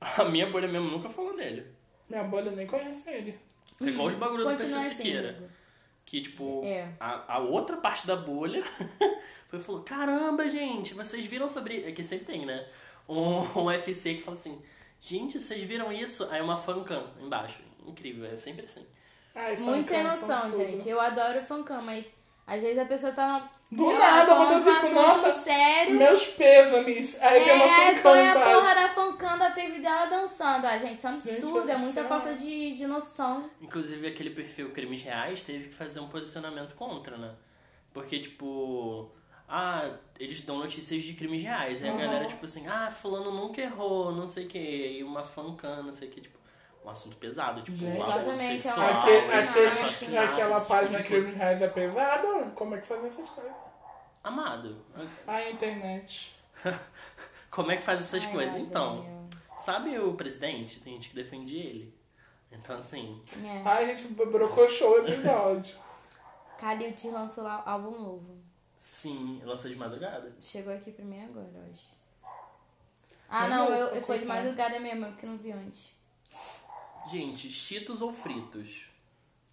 [SPEAKER 2] a minha bolha mesmo nunca falou nele.
[SPEAKER 1] Minha bolha nem conhece ele.
[SPEAKER 2] É igual os bagulho do PC
[SPEAKER 3] Continua assim.
[SPEAKER 2] Siqueira.
[SPEAKER 3] amigo.
[SPEAKER 2] Que, tipo,
[SPEAKER 3] É.
[SPEAKER 2] a, a outra parte da bolha foi e falou: Caramba, gente, vocês viram sobre. É que sempre tem, né? Um, um FC que fala assim: Gente, vocês viram isso? Aí uma fancam embaixo. Incrível, é sempre assim.
[SPEAKER 1] Ai, um são
[SPEAKER 3] Muito sem
[SPEAKER 1] cães, são
[SPEAKER 3] noção,
[SPEAKER 1] tudo.
[SPEAKER 3] gente. Eu adoro fancam, mas às vezes a pessoa tá na.
[SPEAKER 1] Do
[SPEAKER 3] sei lá,
[SPEAKER 1] nada, eu
[SPEAKER 3] falando
[SPEAKER 1] tô tipo,
[SPEAKER 3] um assunto
[SPEAKER 1] nossa,
[SPEAKER 3] sério.
[SPEAKER 1] Meus pêsames. Aí tem uma
[SPEAKER 3] é,
[SPEAKER 1] fancam
[SPEAKER 3] foi a porra
[SPEAKER 1] embaixo.
[SPEAKER 3] da fancam da fave dela dançando. Ah, gente, isso é um
[SPEAKER 1] Gente,
[SPEAKER 3] absurdo, é
[SPEAKER 1] eu não
[SPEAKER 3] muita
[SPEAKER 1] sei.
[SPEAKER 3] falta de, de noção.
[SPEAKER 2] Inclusive, aquele perfil Crimes Reais teve que fazer um posicionamento contra, né? Porque, tipo, ah, eles dão notícias de crimes reais. Aí
[SPEAKER 1] Uhum.
[SPEAKER 2] a galera, tipo assim, ah, fulano nunca errou, não sei o quê. E uma fancam, não sei o quê. Tipo, um assunto pesado, tipo,
[SPEAKER 1] Gente,
[SPEAKER 2] um abuso
[SPEAKER 3] exatamente, é um
[SPEAKER 2] sexual,
[SPEAKER 1] Aque-
[SPEAKER 3] Ah,
[SPEAKER 1] aqueles-
[SPEAKER 2] assassinato,
[SPEAKER 1] é aquela
[SPEAKER 2] esse tipo
[SPEAKER 1] página
[SPEAKER 2] de coisa.
[SPEAKER 1] Crimes Reais é pesada? Como é que faz essas coisas?
[SPEAKER 2] Amado,
[SPEAKER 1] Ai, internet.
[SPEAKER 2] como é que faz essas
[SPEAKER 3] Ai,
[SPEAKER 2] coisas?
[SPEAKER 3] ai,
[SPEAKER 2] Então, sabe o presidente? Tem gente que defende ele. Então, assim,
[SPEAKER 3] Daniel. É.
[SPEAKER 1] Ai, gente, brocochou o episódio.
[SPEAKER 3] Kalil te lançou lá álbum novo.
[SPEAKER 2] sim, lançou de madrugada.
[SPEAKER 3] Chegou aqui pra mim agora, eu acho. Ah,
[SPEAKER 1] Não, eu
[SPEAKER 3] não, eu,
[SPEAKER 1] só
[SPEAKER 3] eu foi de
[SPEAKER 1] comprei.
[SPEAKER 3] madrugada mesmo, eu que não vi antes.
[SPEAKER 2] Gente, cheetos ou fritos?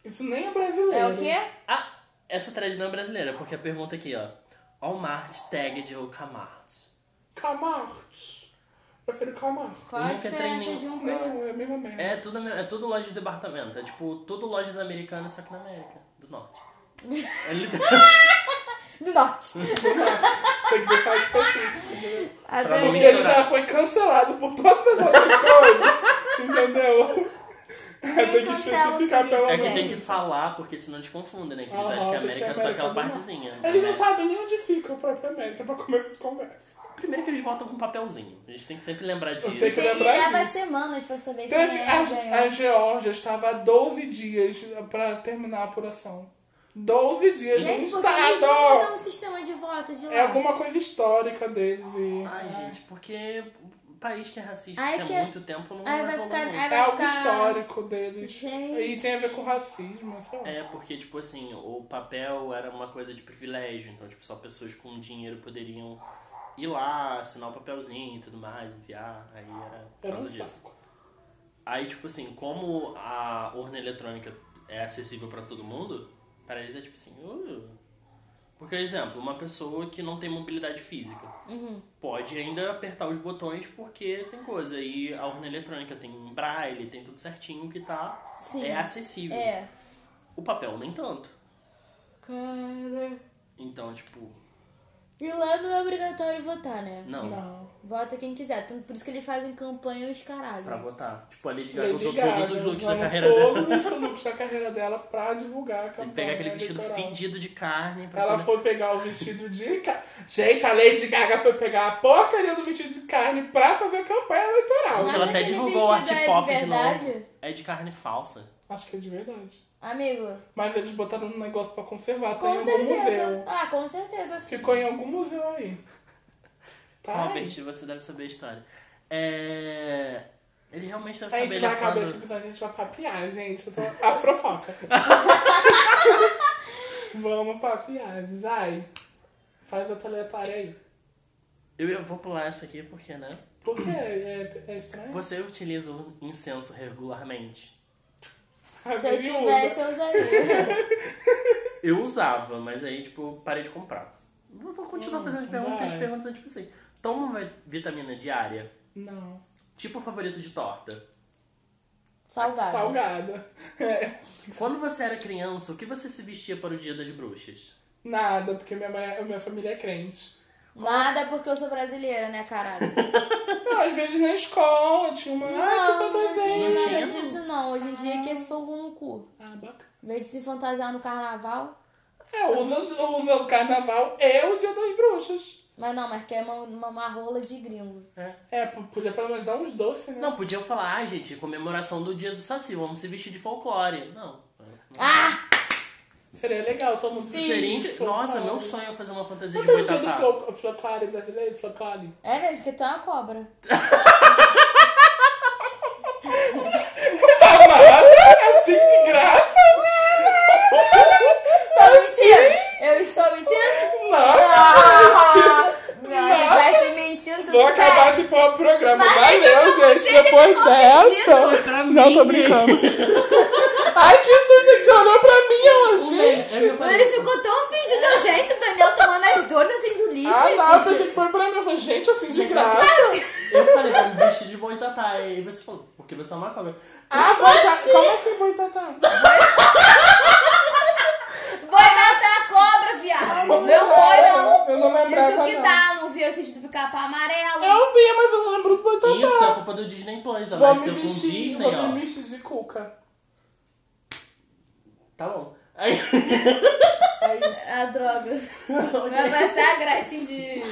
[SPEAKER 1] Isso nem é brasileiro.
[SPEAKER 3] É o quê?
[SPEAKER 2] Ah, essa thread não é brasileira, porque a pergunta aqui, ó. Walmart tagged ou Camart?
[SPEAKER 1] Camarte. Prefiro calmar.
[SPEAKER 3] Qual a
[SPEAKER 2] nunca entrei em
[SPEAKER 3] diferença de um pro outro?
[SPEAKER 1] Não, é a mesma merda.
[SPEAKER 2] É tudo, é tudo loja de departamento. É tipo, tudo lojas americanas, só que na América do Norte. É literalmente.
[SPEAKER 3] Do norte.
[SPEAKER 1] Tem que deixar específico, entendeu?
[SPEAKER 2] Pra
[SPEAKER 3] Adorei.
[SPEAKER 2] não
[SPEAKER 1] Porque ele já foi cancelado por todas as outras coisas. Entendeu? É, Tem que
[SPEAKER 3] cancela o
[SPEAKER 1] especificar pelo
[SPEAKER 3] Felipe.
[SPEAKER 2] É
[SPEAKER 1] menos.
[SPEAKER 2] que tem que falar, porque senão te confundem, né? Que eles
[SPEAKER 1] Aham,
[SPEAKER 2] acham que a
[SPEAKER 1] tem que ser
[SPEAKER 2] América é só aquela
[SPEAKER 1] América do
[SPEAKER 2] partezinha.
[SPEAKER 1] Eles
[SPEAKER 2] Né?
[SPEAKER 1] não sabem nem onde fica o próprio América pra começo de conversa.
[SPEAKER 2] Primeiro que eles votam com papelzinho. A gente tem que sempre lembrar disso.
[SPEAKER 1] tenho que
[SPEAKER 3] Você
[SPEAKER 1] lembrar
[SPEAKER 3] leva
[SPEAKER 1] disso.
[SPEAKER 3] semanas pra saber quem
[SPEAKER 1] Teve,
[SPEAKER 3] é.
[SPEAKER 1] a,
[SPEAKER 3] ganhou.
[SPEAKER 1] a Geórgia estava há 12 dias pra terminar a apuração. 12 dias um
[SPEAKER 3] Gente, porque eles não tá mudam o
[SPEAKER 1] estado!
[SPEAKER 3] sistema de voto de lá.
[SPEAKER 1] É alguma coisa histórica deles e.
[SPEAKER 2] Ai, gente, porque o país que é racista
[SPEAKER 3] Ai,
[SPEAKER 2] há
[SPEAKER 3] que-
[SPEAKER 2] muito tempo não
[SPEAKER 3] Ai, tá- vai
[SPEAKER 2] evolui
[SPEAKER 3] ficar-
[SPEAKER 2] muito.
[SPEAKER 3] ai,
[SPEAKER 1] É algo
[SPEAKER 3] ficar-
[SPEAKER 1] histórico deles.
[SPEAKER 3] Gente.
[SPEAKER 1] E tem a ver com racismo, sei lá.
[SPEAKER 2] É, porque, tipo assim, o papel era uma coisa de privilégio, então, tipo, só pessoas com dinheiro poderiam ir lá, assinar o papelzinho e tudo mais, enviar, aí era por
[SPEAKER 1] Era um
[SPEAKER 2] causa disso.
[SPEAKER 1] saco.
[SPEAKER 2] Aí, tipo assim, como a urna eletrônica é acessível pra todo mundo, pra eles é tipo assim, uh. Por exemplo, uma pessoa que não tem mobilidade física
[SPEAKER 1] Uhum.
[SPEAKER 2] pode ainda apertar os botões porque tem coisa. E a urna eletrônica tem braille, tem tudo certinho que tá.
[SPEAKER 3] Sim.
[SPEAKER 1] assim.
[SPEAKER 2] É acessível.
[SPEAKER 3] É.
[SPEAKER 2] O papel nem tanto.
[SPEAKER 3] Cara.
[SPEAKER 2] Então, tipo,
[SPEAKER 3] E lá não é obrigatório votar, né?
[SPEAKER 2] não,
[SPEAKER 1] Não.
[SPEAKER 3] Vota quem quiser. Tanto por isso que eles fazem campanha os caralho.
[SPEAKER 2] pra votar. Tipo, a Lady Gaga
[SPEAKER 1] Lady
[SPEAKER 2] usou
[SPEAKER 1] Gaga, né?
[SPEAKER 2] todos os looks da
[SPEAKER 1] usando
[SPEAKER 2] carreira dela.
[SPEAKER 1] Todos os looks da carreira dela pra divulgar a
[SPEAKER 2] E
[SPEAKER 1] campanha.
[SPEAKER 2] pegar aquele vestido
[SPEAKER 1] eleitoral.
[SPEAKER 2] fedido de carne pra
[SPEAKER 1] Ela
[SPEAKER 2] poder-
[SPEAKER 1] foi pegar o vestido de carne. Gente, a Lady Gaga foi pegar a porcaria do vestido de carne pra fazer campanha eleitoral.
[SPEAKER 3] Mas
[SPEAKER 2] Ela até
[SPEAKER 3] aquele
[SPEAKER 2] divulgou o art
[SPEAKER 3] vestido é de
[SPEAKER 2] pop de
[SPEAKER 3] verdade?
[SPEAKER 2] novo. É de carne falsa.
[SPEAKER 1] Acho que é de verdade.
[SPEAKER 3] Amigo,
[SPEAKER 1] Mas eles botaram um negócio pra conservar. Tem em
[SPEAKER 3] com
[SPEAKER 1] algum
[SPEAKER 3] certeza.
[SPEAKER 1] museu.
[SPEAKER 3] Ah, com certeza.
[SPEAKER 1] Ficou em algum museu aí. Tá?
[SPEAKER 2] Robert, você deve saber a história. É... Ele realmente deve
[SPEAKER 1] A
[SPEAKER 2] saber.
[SPEAKER 1] gente
[SPEAKER 2] ele
[SPEAKER 1] vai
[SPEAKER 2] é
[SPEAKER 1] acabar
[SPEAKER 2] fã
[SPEAKER 1] esse
[SPEAKER 2] do-
[SPEAKER 1] episódio, a gente vai papiar, gente. Eu tô afrofoca. Vamos papiar, vai. Faz a teletária aí.
[SPEAKER 2] Eu eu vou pular essa aqui porque, né?
[SPEAKER 1] Porque é, é estranho.
[SPEAKER 2] Você utiliza o incenso regularmente?
[SPEAKER 1] A
[SPEAKER 3] Se eu
[SPEAKER 1] Bri usa.
[SPEAKER 3] tivesse, eu usaria.
[SPEAKER 2] Eu usava, mas aí, tipo, parei de comprar. Eu vou continuar fazendo as perguntas, porque as
[SPEAKER 1] vai.
[SPEAKER 2] perguntas é tipo assim. Toma uma vitamina diária?
[SPEAKER 1] Não.
[SPEAKER 2] Tipo favorito de torta.
[SPEAKER 3] Salgado.
[SPEAKER 1] Salgada. É.
[SPEAKER 2] Quando você era criança, o que você se vestia para o dia das bruxas?
[SPEAKER 1] Nada, porque minha, mãe, minha família é crente.
[SPEAKER 3] Nada porque eu sou brasileira, né, caralho?
[SPEAKER 1] Não, às vezes na escola tinha uma. Ai, tá que
[SPEAKER 3] Não, não tinha
[SPEAKER 1] fantasia.
[SPEAKER 3] nada
[SPEAKER 2] Não tinha?
[SPEAKER 3] disso não. Hoje em dia é que esse fogo no cu.
[SPEAKER 1] Ah, bacana.
[SPEAKER 3] Em vez de se fantasiar no carnaval.
[SPEAKER 1] É, usa, usa o carnaval e o dia das bruxas.
[SPEAKER 3] Mas não, mas quer uma, uma, uma rola de gringo.
[SPEAKER 1] É, p- podia pelo menos dar uns doces, né?
[SPEAKER 2] Não, podiam falar, ah, gente, comemoração do dia do Saci, vamos se vestir de folclore. Não.
[SPEAKER 3] Ah!
[SPEAKER 1] Seria legal, todo mundo
[SPEAKER 2] Seria
[SPEAKER 1] de né?
[SPEAKER 2] inc- é Nossa,
[SPEAKER 1] folclore.
[SPEAKER 2] meu sonho é fazer uma fantasia
[SPEAKER 1] Não
[SPEAKER 2] de
[SPEAKER 1] tem o dia do
[SPEAKER 2] boitatá.
[SPEAKER 1] flo- floclare brasileiro? Floclare?
[SPEAKER 3] É mesmo, porque tu é uma cobra.
[SPEAKER 1] Assim de graça?
[SPEAKER 3] Tô mentindo! Eu estou mentindo?
[SPEAKER 1] Não!
[SPEAKER 3] Ah! Não, ele vai se mentindo.
[SPEAKER 1] Vou
[SPEAKER 3] tudo
[SPEAKER 1] acabar
[SPEAKER 3] bem.
[SPEAKER 1] de pôr o programa.
[SPEAKER 3] Mas
[SPEAKER 1] Valeu,
[SPEAKER 3] pra
[SPEAKER 1] gente.
[SPEAKER 3] você que
[SPEAKER 1] Depois
[SPEAKER 3] ficou ofendido.
[SPEAKER 1] dessa.
[SPEAKER 2] Pra
[SPEAKER 1] Não,
[SPEAKER 2] mim.
[SPEAKER 1] tô brincando. Ai, que susto que você olhou pra mim, ó, gente.
[SPEAKER 2] Eu
[SPEAKER 3] Quando
[SPEAKER 2] falei,
[SPEAKER 3] ele ficou tão ofendido, gente, o Daniel tomando as dores assim do livro.
[SPEAKER 1] É. Ah, não, eu pensei que foi pra mim. Eu falei, gente, assim de graça.
[SPEAKER 2] Eu falei, vamos vestir de boitatá. E você falou, porque você é uma cobra.
[SPEAKER 1] Ah, boitatá. Como assim, boitatá?
[SPEAKER 3] Boi matar a cobra,
[SPEAKER 1] Ah,
[SPEAKER 3] viado. Não é um boi, não.
[SPEAKER 1] Eu não lembrava,
[SPEAKER 3] Gente, o que
[SPEAKER 1] não.
[SPEAKER 3] dá? Não viu esse do pica-pau amarelo?
[SPEAKER 1] Eu vi, mas eu não lembro do boitatá.
[SPEAKER 2] Isso é culpa do Disney Plus, ó.
[SPEAKER 1] Vou me
[SPEAKER 2] Nasceu com
[SPEAKER 1] vestir, vou
[SPEAKER 2] Disney,
[SPEAKER 1] me
[SPEAKER 2] ó.
[SPEAKER 1] vestir de cuca.
[SPEAKER 2] Tá bom. Aí,
[SPEAKER 1] É isso.
[SPEAKER 3] A droga. Vai passar a grátis de,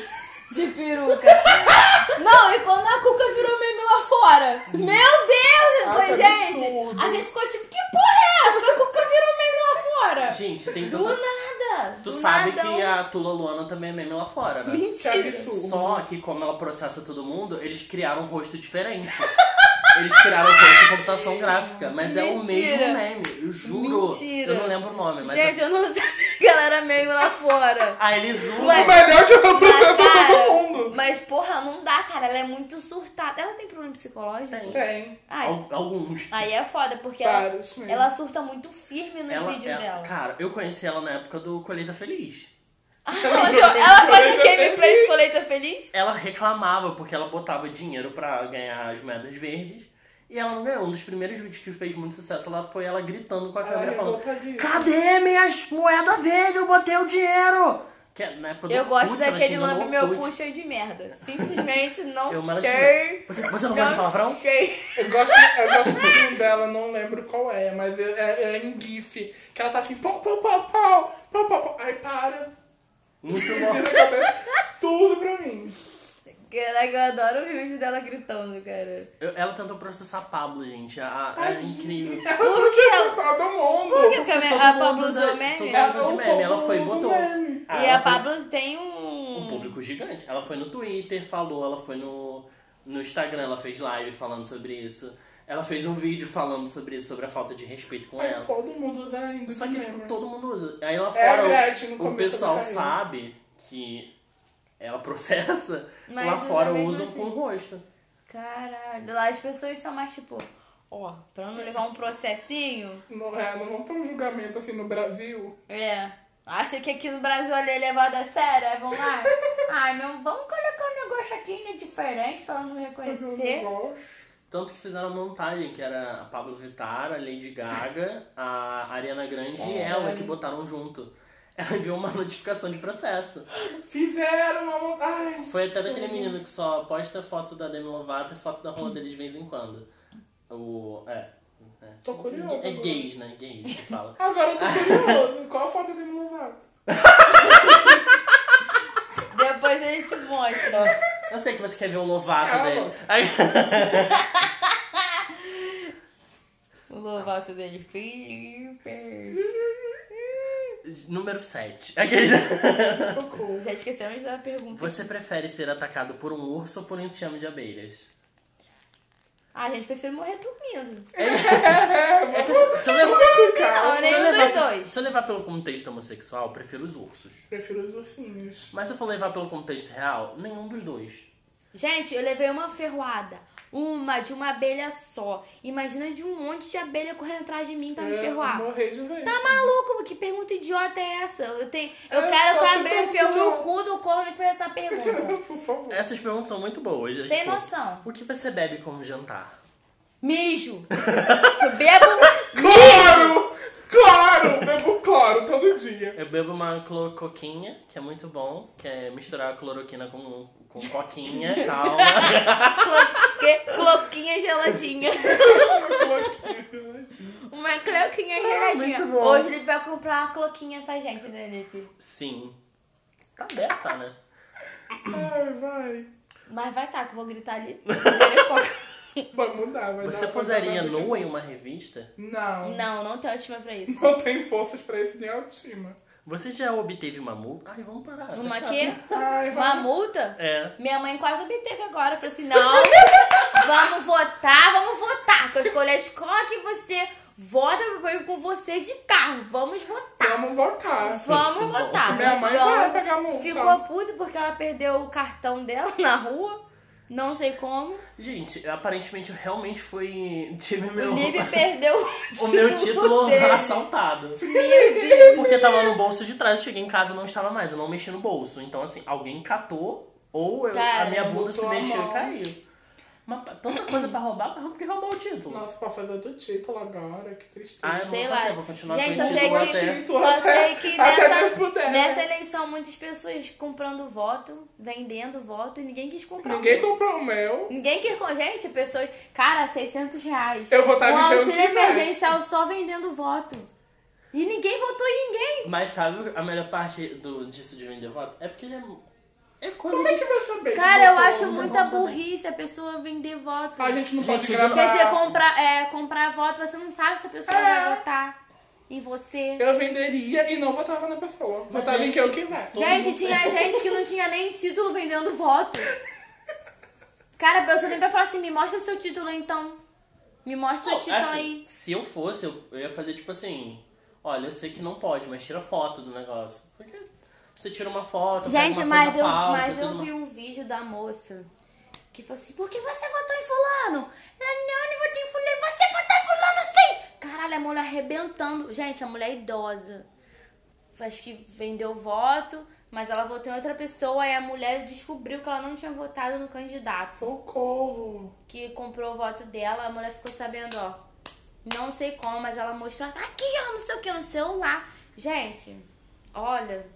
[SPEAKER 3] de peruca. Não, e quando a Cuca virou meme lá fora? Meu Deus! Eu
[SPEAKER 1] Ah,
[SPEAKER 2] tá
[SPEAKER 3] falei,
[SPEAKER 1] que
[SPEAKER 3] gente,
[SPEAKER 1] absurdo.
[SPEAKER 3] a gente ficou tipo, que porra é essa? A Cuca virou meme lá fora.
[SPEAKER 2] gente, tem
[SPEAKER 3] Do
[SPEAKER 2] tudo.
[SPEAKER 3] nada.
[SPEAKER 2] Tu
[SPEAKER 3] do
[SPEAKER 2] sabe
[SPEAKER 3] nada, um
[SPEAKER 2] que a Tula Luana também é meme lá fora, né?
[SPEAKER 1] Que absurdo.
[SPEAKER 3] Uhum.
[SPEAKER 2] Só que como ela processa todo mundo, eles criaram um rosto diferente. Eles criaram um rosto de computação gráfica, mas é o mesmo
[SPEAKER 3] Mentira.
[SPEAKER 2] meme, eu juro.
[SPEAKER 3] Mentira.
[SPEAKER 2] Eu não lembro o nome, mas.
[SPEAKER 3] Gente, eu não sabia que ela era meme lá fora.
[SPEAKER 2] Ah, eles usam.
[SPEAKER 1] O É melhor que eu represento
[SPEAKER 3] Mas, cara,
[SPEAKER 1] todo mundo.
[SPEAKER 3] mas, porra, não dá, cara. Ela é muito surtada. Ela tem problema psicológico?
[SPEAKER 2] Tem.
[SPEAKER 1] Tem.
[SPEAKER 3] Ai,
[SPEAKER 2] al- Alguns.
[SPEAKER 3] aí é foda, porque ela,
[SPEAKER 1] Vários mesmo.
[SPEAKER 3] ela surta muito firme nos
[SPEAKER 2] Ela, é
[SPEAKER 3] vídeos
[SPEAKER 2] ela-
[SPEAKER 3] dela.
[SPEAKER 2] Cara, eu conheci ela na época do Colheita Feliz.
[SPEAKER 3] Ela, faz um gameplay de colheita feliz?
[SPEAKER 2] Ela reclamava porque ela botava dinheiro pra ganhar as moedas verdes. E ela não ganhou. Um dos primeiros vídeos que fez muito sucesso lá foi ela gritando com a
[SPEAKER 1] Ela
[SPEAKER 2] câmera falando:
[SPEAKER 1] revoltadíssima.
[SPEAKER 2] Cadê minhas moedas verdes? Eu botei o dinheiro! Que é na época do
[SPEAKER 3] Eu gosto
[SPEAKER 2] Orkut, ela
[SPEAKER 3] daquele
[SPEAKER 2] xingando
[SPEAKER 3] lambe
[SPEAKER 2] o
[SPEAKER 3] meu
[SPEAKER 2] Orkut.
[SPEAKER 3] cu cheio de merda. Simplesmente não
[SPEAKER 2] Eu, mas ela xingou.
[SPEAKER 3] sei.
[SPEAKER 2] Você, você não gosta de palavrão?
[SPEAKER 3] sei.
[SPEAKER 1] Eu gosto, eu gosto de um dela, não lembro qual é, mas é, é, é em GIF. Que ela tá assim, pau, pau, pau, pau, pau, pau, pau. Aí para,
[SPEAKER 2] Muito
[SPEAKER 1] vira
[SPEAKER 2] bom.
[SPEAKER 1] a cabeça, tudo pra mim.
[SPEAKER 3] Caraca, eu adoro o vídeo dela gritando, cara.
[SPEAKER 2] Eu- Ela tentou processar a Pablo, gente. A, a, é
[SPEAKER 1] Tadinha.
[SPEAKER 2] incrível.
[SPEAKER 1] Ela
[SPEAKER 3] Por quê?
[SPEAKER 1] processou todo mundo.
[SPEAKER 3] Por que porque
[SPEAKER 2] todo
[SPEAKER 3] a
[SPEAKER 2] mundo
[SPEAKER 3] Pablo
[SPEAKER 2] usa-
[SPEAKER 3] usou
[SPEAKER 2] todo
[SPEAKER 3] meme? né?
[SPEAKER 2] mundo usa
[SPEAKER 1] Ela-
[SPEAKER 2] de
[SPEAKER 1] o
[SPEAKER 2] meme. Ela
[SPEAKER 1] povo
[SPEAKER 2] foi e
[SPEAKER 1] usa
[SPEAKER 2] botou.
[SPEAKER 1] um meme.
[SPEAKER 2] Ah,
[SPEAKER 3] E
[SPEAKER 2] ela
[SPEAKER 3] a
[SPEAKER 2] foi-
[SPEAKER 3] Pablo tem um.
[SPEAKER 1] É.
[SPEAKER 2] um público gigante. Ela foi no Twitter, falou, ela foi no, no Instagram, ela fez live falando sobre isso. Ela fez um vídeo falando sobre isso, sobre a falta de respeito com
[SPEAKER 1] Aí
[SPEAKER 2] ela.
[SPEAKER 1] todo mundo né, usa ainda.
[SPEAKER 2] É. Só que,
[SPEAKER 1] de
[SPEAKER 2] tipo,
[SPEAKER 1] meme.
[SPEAKER 2] todo mundo usa. Aí lá
[SPEAKER 1] um É a
[SPEAKER 2] fora,
[SPEAKER 1] Gretchen no
[SPEAKER 2] o, o
[SPEAKER 1] começo
[SPEAKER 2] pessoal
[SPEAKER 1] do caminho.
[SPEAKER 2] sabe que ela processa,
[SPEAKER 3] Mas
[SPEAKER 2] lá
[SPEAKER 3] usa
[SPEAKER 2] fora
[SPEAKER 3] mesmo
[SPEAKER 2] usam
[SPEAKER 3] assim.
[SPEAKER 2] com o rosto.
[SPEAKER 3] Caralho, lá as pessoas são mais tipo, ó, pra não levar um processinho,
[SPEAKER 1] Não, é, não vão ter um julgamento assim no Brasil.
[SPEAKER 3] é. Acha que aqui no Brasil ele é levado a sério? Aí vão lá. Ai, meu, vamos colocar um negócio aqui, né? Diferente pra não me
[SPEAKER 1] Eu
[SPEAKER 3] reconhecer.
[SPEAKER 1] não gosto.
[SPEAKER 2] Tanto que fizeram a montagem, que era a Pablo Vittar, a Lady Gaga, a Ariana Grande e ela, que botaram junto. Ela enviou uma notificação de processo.
[SPEAKER 1] Fizeram uma. mon- Ai,
[SPEAKER 2] Foi até daquele menino que só posta foto da Demi Lovato e foto da rola dele de vez em quando. O. É. é.
[SPEAKER 1] Tô curioso
[SPEAKER 2] É
[SPEAKER 1] agora.
[SPEAKER 2] gays, né? Gays que fala.
[SPEAKER 1] agora eu tô curioso. Qual a foto dele no Lovato?
[SPEAKER 3] Depois a gente mostra.
[SPEAKER 2] Eu sei que você quer ver o Lovato
[SPEAKER 1] Calma.
[SPEAKER 2] dele. Aí-
[SPEAKER 3] O Lovato dele, Felipe.
[SPEAKER 2] Número 7.
[SPEAKER 1] Socorro.
[SPEAKER 3] Já esquecemos da pergunta.
[SPEAKER 2] Você prefere ser atacado por um urso ou por um enxame de abelhas?
[SPEAKER 3] Ah, gente, prefiro morrer dormindo.
[SPEAKER 2] É que se eu levar,
[SPEAKER 3] Não,
[SPEAKER 2] se eu
[SPEAKER 3] nenhum dos
[SPEAKER 2] levar,
[SPEAKER 3] dois.
[SPEAKER 2] se eu levar pelo contexto homossexual, eu prefiro os ursos.
[SPEAKER 1] Prefiro os ursinhos.
[SPEAKER 2] Mas se eu for levar pelo contexto real, nenhum dos dois.
[SPEAKER 3] Gente, eu levei uma ferroada. Uma de uma abelha só. Imagina de um monte de abelha correndo atrás de mim pra Tá me
[SPEAKER 1] É,
[SPEAKER 3] ferroar.
[SPEAKER 1] morrer de vez.
[SPEAKER 3] Tá maluco? Que pergunta idiota é essa? Eu, tenho, eu
[SPEAKER 1] É,
[SPEAKER 3] quero
[SPEAKER 1] só
[SPEAKER 3] que a
[SPEAKER 1] tem
[SPEAKER 3] abelha
[SPEAKER 1] pergunta
[SPEAKER 3] ferro no
[SPEAKER 1] idiota.
[SPEAKER 3] cu do corno por essa pergunta.
[SPEAKER 1] Por favor.
[SPEAKER 2] Essas perguntas são muito boas. é
[SPEAKER 3] Sem
[SPEAKER 2] tipo,
[SPEAKER 3] noção.
[SPEAKER 2] O que você bebe como jantar?
[SPEAKER 3] Mijo! Eu bebo
[SPEAKER 1] Claro! Claro! Bebo claro todo dia.
[SPEAKER 2] Eu bebo uma clorocoquinha, que é muito bom, que é misturar a cloroquina com, com coquinha, calma.
[SPEAKER 3] clo- que- cloquinha geladinha.
[SPEAKER 1] né?
[SPEAKER 3] Uma
[SPEAKER 1] Ah,
[SPEAKER 3] cloquinha geladinha.
[SPEAKER 2] muito bom.
[SPEAKER 3] Hoje ele vai comprar uma cloquinha pra gente, né, Lipe?
[SPEAKER 2] Sim. Tá aberta, né?
[SPEAKER 1] Ai, vai.
[SPEAKER 3] Mas vai tá, que eu vou gritar ali. Telefoca.
[SPEAKER 1] Vai mudar, vai dar
[SPEAKER 2] Você
[SPEAKER 1] uma
[SPEAKER 2] posaria
[SPEAKER 1] coisa nada
[SPEAKER 2] nua em uma revista?
[SPEAKER 1] que- Não. Não.
[SPEAKER 3] não, não tem autoestima pra isso.
[SPEAKER 1] Não tem forças pra isso nem autoestima.
[SPEAKER 2] Você já obteve uma multa? Ai, vamos parar. tá
[SPEAKER 3] Uma
[SPEAKER 2] chato.
[SPEAKER 3] quê?
[SPEAKER 1] Ai, vai.
[SPEAKER 3] Uma multa?
[SPEAKER 2] É.
[SPEAKER 3] Minha mãe quase obteve agora. Falou assim: não, vamos votar, vamos votar. Que eu escolhi a escola que você vota eu vou com você de carro. Vamos votar.
[SPEAKER 1] Vamos votar.
[SPEAKER 3] Vamos
[SPEAKER 2] Muito bom.
[SPEAKER 3] votar.
[SPEAKER 1] Minha mãe
[SPEAKER 3] Vamos.
[SPEAKER 1] vai pegar a multa.
[SPEAKER 3] Ficou puta porque ela perdeu o cartão dela na rua. Não sei como.
[SPEAKER 2] Gente, aparentemente eu realmente fui. Tive meu.
[SPEAKER 3] O Lipe perdeu o,
[SPEAKER 2] O meu título
[SPEAKER 3] dele.
[SPEAKER 2] assaltado.
[SPEAKER 3] Meu Deus.
[SPEAKER 2] Porque tava no bolso de trás, cheguei em casa e não estava mais, eu não mexi no bolso. Então, assim, alguém catou ou eu- a
[SPEAKER 3] Cara,
[SPEAKER 2] minha bunda se
[SPEAKER 1] botou a
[SPEAKER 2] mexeu e
[SPEAKER 1] mão.
[SPEAKER 2] caiu. Mas pa- tanta coisa pra roubar, pra roubar- que roubar o título.
[SPEAKER 1] Nossa, pra fazer do título agora, que tristeza.
[SPEAKER 2] Ah, eu não
[SPEAKER 3] Sei
[SPEAKER 2] vou
[SPEAKER 3] lá.
[SPEAKER 2] fazer, vou continuar
[SPEAKER 3] Gente,
[SPEAKER 2] com
[SPEAKER 3] só
[SPEAKER 2] o
[SPEAKER 3] sei
[SPEAKER 1] Agora
[SPEAKER 2] título até.
[SPEAKER 1] tem
[SPEAKER 3] que,
[SPEAKER 1] título
[SPEAKER 3] só
[SPEAKER 1] até-
[SPEAKER 3] sei que
[SPEAKER 1] até Deus
[SPEAKER 3] nessa,
[SPEAKER 1] puder.
[SPEAKER 3] nessa eleição muitas pessoas comprando voto, vendendo voto, e ninguém quis comprar.
[SPEAKER 1] Ninguém comprou o meu.
[SPEAKER 3] Ninguém quer com gente, pessoas. Cara, 600 reais.
[SPEAKER 1] Eu votava
[SPEAKER 3] Um
[SPEAKER 1] em Deus
[SPEAKER 3] auxílio
[SPEAKER 1] que vai.
[SPEAKER 3] emergencial só vendendo voto. E ninguém votou em ninguém.
[SPEAKER 2] Mas sabe a melhor parte do, disso de vender voto? É porque ele é. É coisa
[SPEAKER 1] Como
[SPEAKER 2] de.
[SPEAKER 1] é que vai saber? que
[SPEAKER 3] Cara, eu
[SPEAKER 1] votou?
[SPEAKER 3] acho
[SPEAKER 2] votou
[SPEAKER 3] muita
[SPEAKER 2] também.
[SPEAKER 3] burrice a pessoa vender voto.
[SPEAKER 1] A gente não pode
[SPEAKER 2] Gente,
[SPEAKER 1] gravar.
[SPEAKER 3] Quer dizer, comprar, é, comprar voto, você não sabe se a pessoa
[SPEAKER 1] É.
[SPEAKER 3] vai votar em você.
[SPEAKER 1] Eu venderia e não votava na pessoa. Votava em
[SPEAKER 2] gente-
[SPEAKER 1] quem eu quisesse.
[SPEAKER 3] Gente,
[SPEAKER 2] é?
[SPEAKER 3] tinha gente que não tinha nem título vendendo voto. Cara, a pessoa tem pra falar assim, me mostra seu título então. Me mostra seu
[SPEAKER 2] Não,
[SPEAKER 3] título
[SPEAKER 2] assim,
[SPEAKER 3] aí.
[SPEAKER 2] Se eu fosse, eu, eu ia fazer tipo assim: olha, eu sei que não pode, mas tira foto do negócio. Porque você tira uma foto,
[SPEAKER 3] Gente,
[SPEAKER 2] pega uma
[SPEAKER 3] mas
[SPEAKER 2] coisa
[SPEAKER 3] eu,
[SPEAKER 2] falsa,
[SPEAKER 3] mas eu
[SPEAKER 2] tudo
[SPEAKER 3] vi um vídeo da moça que falou assim, por que você votou em fulano? Ela, não, eu não votei em fulano. Você votou em fulano sim! Caralho, a mulher arrebentando. Gente, a mulher é idosa. Acho que vendeu voto, Mas ela votou em outra pessoa e a mulher descobriu que ela não tinha votado no candidato
[SPEAKER 1] Socorro!
[SPEAKER 3] que comprou o voto dela. A mulher ficou sabendo, ó. Não sei como, mas ela mostrou "Tá aqui, ó, não sei o que, no celular. Gente, olha.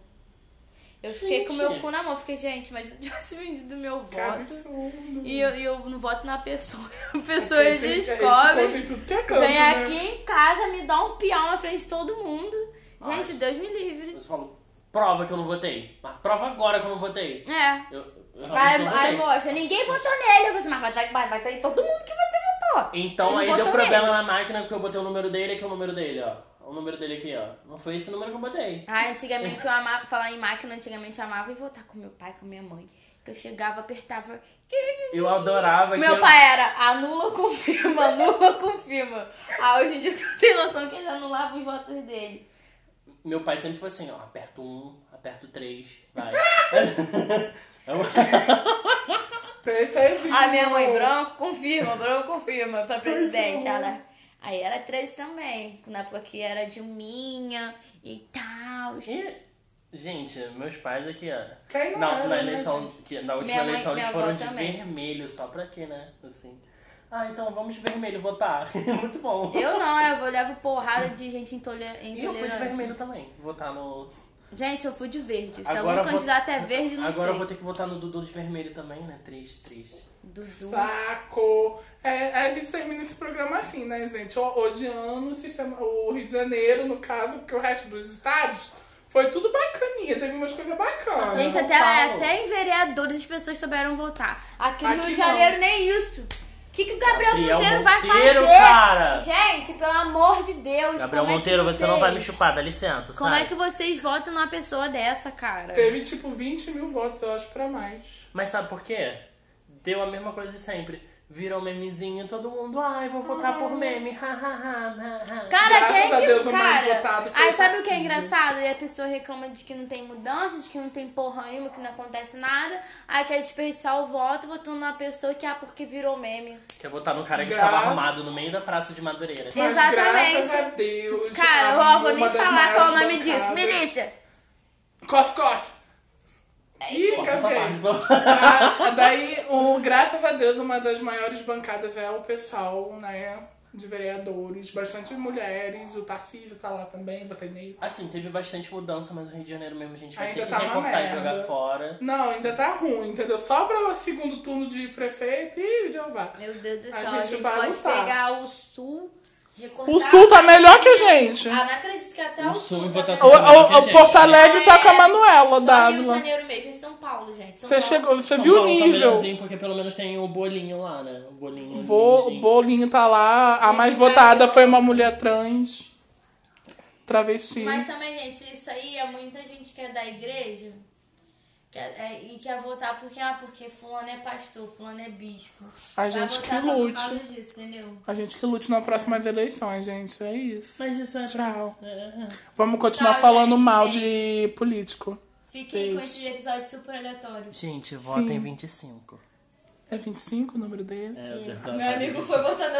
[SPEAKER 3] Eu fiquei com o meu
[SPEAKER 2] Gente.
[SPEAKER 3] cu na mão. Fiquei, gente, mas eu tivesse vendido meu
[SPEAKER 1] Que
[SPEAKER 3] voto.
[SPEAKER 1] absurdo!
[SPEAKER 3] E eu, e eu não voto na pessoa. A pessoa
[SPEAKER 1] Porque, É gente,
[SPEAKER 3] descobre.
[SPEAKER 1] eles contam em tudo que é canto,
[SPEAKER 3] Vem
[SPEAKER 1] né?
[SPEAKER 3] aqui em casa, me dá um pião na frente de todo mundo. Gente, Deus me livre.
[SPEAKER 2] Você falou, prova que eu não votei. Mas prova agora que eu não votei.
[SPEAKER 3] É.
[SPEAKER 2] Eu, eu realmente
[SPEAKER 3] Aí,
[SPEAKER 2] não
[SPEAKER 3] aí
[SPEAKER 2] votei.
[SPEAKER 3] moça, ninguém votou nele. Eu falei assim, mas vai ter- vai vai ter todo mundo que você votou.
[SPEAKER 2] Então
[SPEAKER 3] Ele
[SPEAKER 2] aí
[SPEAKER 3] botou
[SPEAKER 2] deu problema
[SPEAKER 3] nele.
[SPEAKER 2] na máquina porque eu botei o número dele, aqui é o número dele, ó. O número dele aqui, ó. Não foi esse número que eu botei.
[SPEAKER 3] Ah, antigamente eu amava, falar em máquina, antigamente eu amava ir votar com meu pai, com minha mãe. Que eu chegava, apertava.
[SPEAKER 2] Eu adorava que
[SPEAKER 3] Meu
[SPEAKER 2] eu-
[SPEAKER 3] pai era anula, confirma, anula, confirma. Ah, hoje em dia que eu tenho noção que ele anulava os votos dele.
[SPEAKER 2] Meu pai sempre foi assim, ó, aperto um, aperto três, vai. Então,
[SPEAKER 1] Preta é vivo.
[SPEAKER 3] Ah, minha mãe, branco, confirma, branco, confirma, pra presidente, ela... Aí era 13 também, na época que era Dilminha e tal.
[SPEAKER 2] e, gente, meus pais aqui, ó.
[SPEAKER 1] Quem não
[SPEAKER 2] Na,
[SPEAKER 1] era,
[SPEAKER 2] na
[SPEAKER 1] né,
[SPEAKER 2] eleição, que, na última
[SPEAKER 3] Minha mãe-
[SPEAKER 2] eleição eles
[SPEAKER 3] minha
[SPEAKER 2] foram
[SPEAKER 3] avó
[SPEAKER 2] de
[SPEAKER 3] também.
[SPEAKER 2] vermelho, só pra quê, né? Assim. Ah, então vamos de vermelho votar. Muito bom.
[SPEAKER 3] Eu não, eu olhava porrada de gente
[SPEAKER 2] E
[SPEAKER 3] intole-
[SPEAKER 2] eu fui de
[SPEAKER 3] intolerante.
[SPEAKER 2] vermelho também. Votar no.
[SPEAKER 3] Gente, eu fui de verde. Se
[SPEAKER 2] Agora eu
[SPEAKER 3] algum
[SPEAKER 2] vou-
[SPEAKER 3] candidato é verde, não
[SPEAKER 2] Agora
[SPEAKER 3] sei.
[SPEAKER 2] eu vou ter que votar no Dudu de vermelho também, né? Triste, triste.
[SPEAKER 3] Dudu.
[SPEAKER 1] Saco! É, a gente termina esse programa assim, né, gente? O- Odiando o, sistema, o Rio de Janeiro, no caso, porque o resto dos estados foi tudo bacaninha, teve umas coisas bacanas.
[SPEAKER 3] Gente,
[SPEAKER 2] São
[SPEAKER 3] até,
[SPEAKER 2] Paulo.
[SPEAKER 3] até em vereadores as pessoas souberam votar. Aqui no
[SPEAKER 1] Aqui
[SPEAKER 3] Rio de
[SPEAKER 1] não.
[SPEAKER 3] Janeiro nem isso. O que, que o Gabriel,
[SPEAKER 2] Gabriel
[SPEAKER 3] Monteiro vai
[SPEAKER 2] Monteiro,
[SPEAKER 3] fazer?
[SPEAKER 2] cara!
[SPEAKER 3] Gente, pelo amor de Deus.
[SPEAKER 2] Gabriel
[SPEAKER 3] como é que
[SPEAKER 2] Monteiro, você não
[SPEAKER 3] vocês-
[SPEAKER 2] vai me chupar, dá licença,
[SPEAKER 3] Como
[SPEAKER 2] sai.
[SPEAKER 3] é que vocês votam numa pessoa dessa, cara?
[SPEAKER 1] Teve tipo 20 mil votos, eu acho, pra mais.
[SPEAKER 2] Mas sabe por quê? Deu a mesma coisa de sempre. Virou memezinho, todo mundo, ai, vou votar por meme, ha, ha, ha, ha, ha.
[SPEAKER 3] Cara,
[SPEAKER 1] Graças
[SPEAKER 3] quem
[SPEAKER 1] a
[SPEAKER 3] que.
[SPEAKER 1] Deus, o mais
[SPEAKER 3] cara,
[SPEAKER 1] votado foi
[SPEAKER 3] aí
[SPEAKER 1] o
[SPEAKER 3] sabe o que é
[SPEAKER 1] Tarcísio.
[SPEAKER 3] engraçado? E a pessoa reclama de que não tem mudança, de que não tem porra nenhuma, que não acontece nada. Aí quer desperdiçar o voto votando numa pessoa que, ah, porque virou meme.
[SPEAKER 2] Quer votar no cara que
[SPEAKER 1] Graças-
[SPEAKER 2] estava armado no meio da praça de Madureira.
[SPEAKER 1] Mas
[SPEAKER 3] Exatamente.
[SPEAKER 1] graças a Deus.
[SPEAKER 3] Cara,
[SPEAKER 1] a-
[SPEAKER 3] ó, vou nem
[SPEAKER 1] uma das
[SPEAKER 3] falar qual é o nome
[SPEAKER 1] maiores
[SPEAKER 3] disso.
[SPEAKER 1] bancadas-
[SPEAKER 3] Milícia!
[SPEAKER 1] Cof, cof.
[SPEAKER 3] É
[SPEAKER 1] Ih,
[SPEAKER 2] Essa parte,
[SPEAKER 1] casquei.
[SPEAKER 2] vamos-
[SPEAKER 1] Ah, Daí, o, graças a Deus, uma das maiores bancadas é o pessoal, né? De vereadores, bastante mulheres. O Tarcísio tá lá também, votei nele.
[SPEAKER 2] Assim, teve bastante mudança, mas o Rio de Janeiro mesmo a gente vai
[SPEAKER 1] Ainda
[SPEAKER 2] ter que
[SPEAKER 1] tá uma
[SPEAKER 2] recortar e
[SPEAKER 1] merda.
[SPEAKER 2] jogar fora.
[SPEAKER 1] Não, ainda tá ruim, entendeu? Só para o segundo turno de prefeito e Jeová.
[SPEAKER 3] Meu Deus do
[SPEAKER 1] A
[SPEAKER 3] céu, a
[SPEAKER 1] gente
[SPEAKER 3] gente,
[SPEAKER 1] vai
[SPEAKER 3] pode
[SPEAKER 1] lutar.
[SPEAKER 3] pegar o Sul, recortar...
[SPEAKER 1] O Sul tá melhor que a gente.
[SPEAKER 3] Ah, não acredito que até o,
[SPEAKER 2] O Sul em
[SPEAKER 3] tá
[SPEAKER 2] votação.
[SPEAKER 1] O,
[SPEAKER 3] melhor.
[SPEAKER 1] o- o Porto Alegre tá com a
[SPEAKER 3] É,
[SPEAKER 1] Manuela
[SPEAKER 3] Só Rio de
[SPEAKER 1] Dávila.
[SPEAKER 3] Janeiro mesmo, em São Paulo, gente. São
[SPEAKER 1] Você
[SPEAKER 3] Paulo.
[SPEAKER 1] chegou, você
[SPEAKER 2] São
[SPEAKER 1] viu o
[SPEAKER 2] Paulo tá
[SPEAKER 1] nível.
[SPEAKER 2] melhorzinho, porque pelo menos tem o bolinho lá, né? O bolinho.
[SPEAKER 1] O Bo- o
[SPEAKER 2] limezinho.
[SPEAKER 1] bolinho tá lá. A
[SPEAKER 3] Gente,
[SPEAKER 1] mais
[SPEAKER 3] cara,
[SPEAKER 1] votada
[SPEAKER 3] eu-
[SPEAKER 1] foi uma mulher trans. Travesti.
[SPEAKER 3] Mas também, gente, isso aí é muita gente que é da igreja que é- é- e quer votar porque, ah, porque fulano é pastor, fulano é bispo.
[SPEAKER 1] A
[SPEAKER 3] Vai
[SPEAKER 1] gente
[SPEAKER 3] votar
[SPEAKER 1] que
[SPEAKER 3] só por
[SPEAKER 1] lute.
[SPEAKER 3] causa disso, entendeu?
[SPEAKER 1] A gente que lute nas próximas eleições, gente. É isso.
[SPEAKER 2] Mas isso é.
[SPEAKER 1] Tchau.
[SPEAKER 2] é.
[SPEAKER 1] Vamos continuar
[SPEAKER 3] Tchau,
[SPEAKER 1] falando
[SPEAKER 3] gente.
[SPEAKER 1] mal de político.
[SPEAKER 3] Fiquem com
[SPEAKER 1] Beijo.
[SPEAKER 3] esses episódios super aleatórios.
[SPEAKER 2] Gente, vota em 25.
[SPEAKER 1] É 25 o número dele?
[SPEAKER 2] É, eu
[SPEAKER 3] Meu amigo foi votando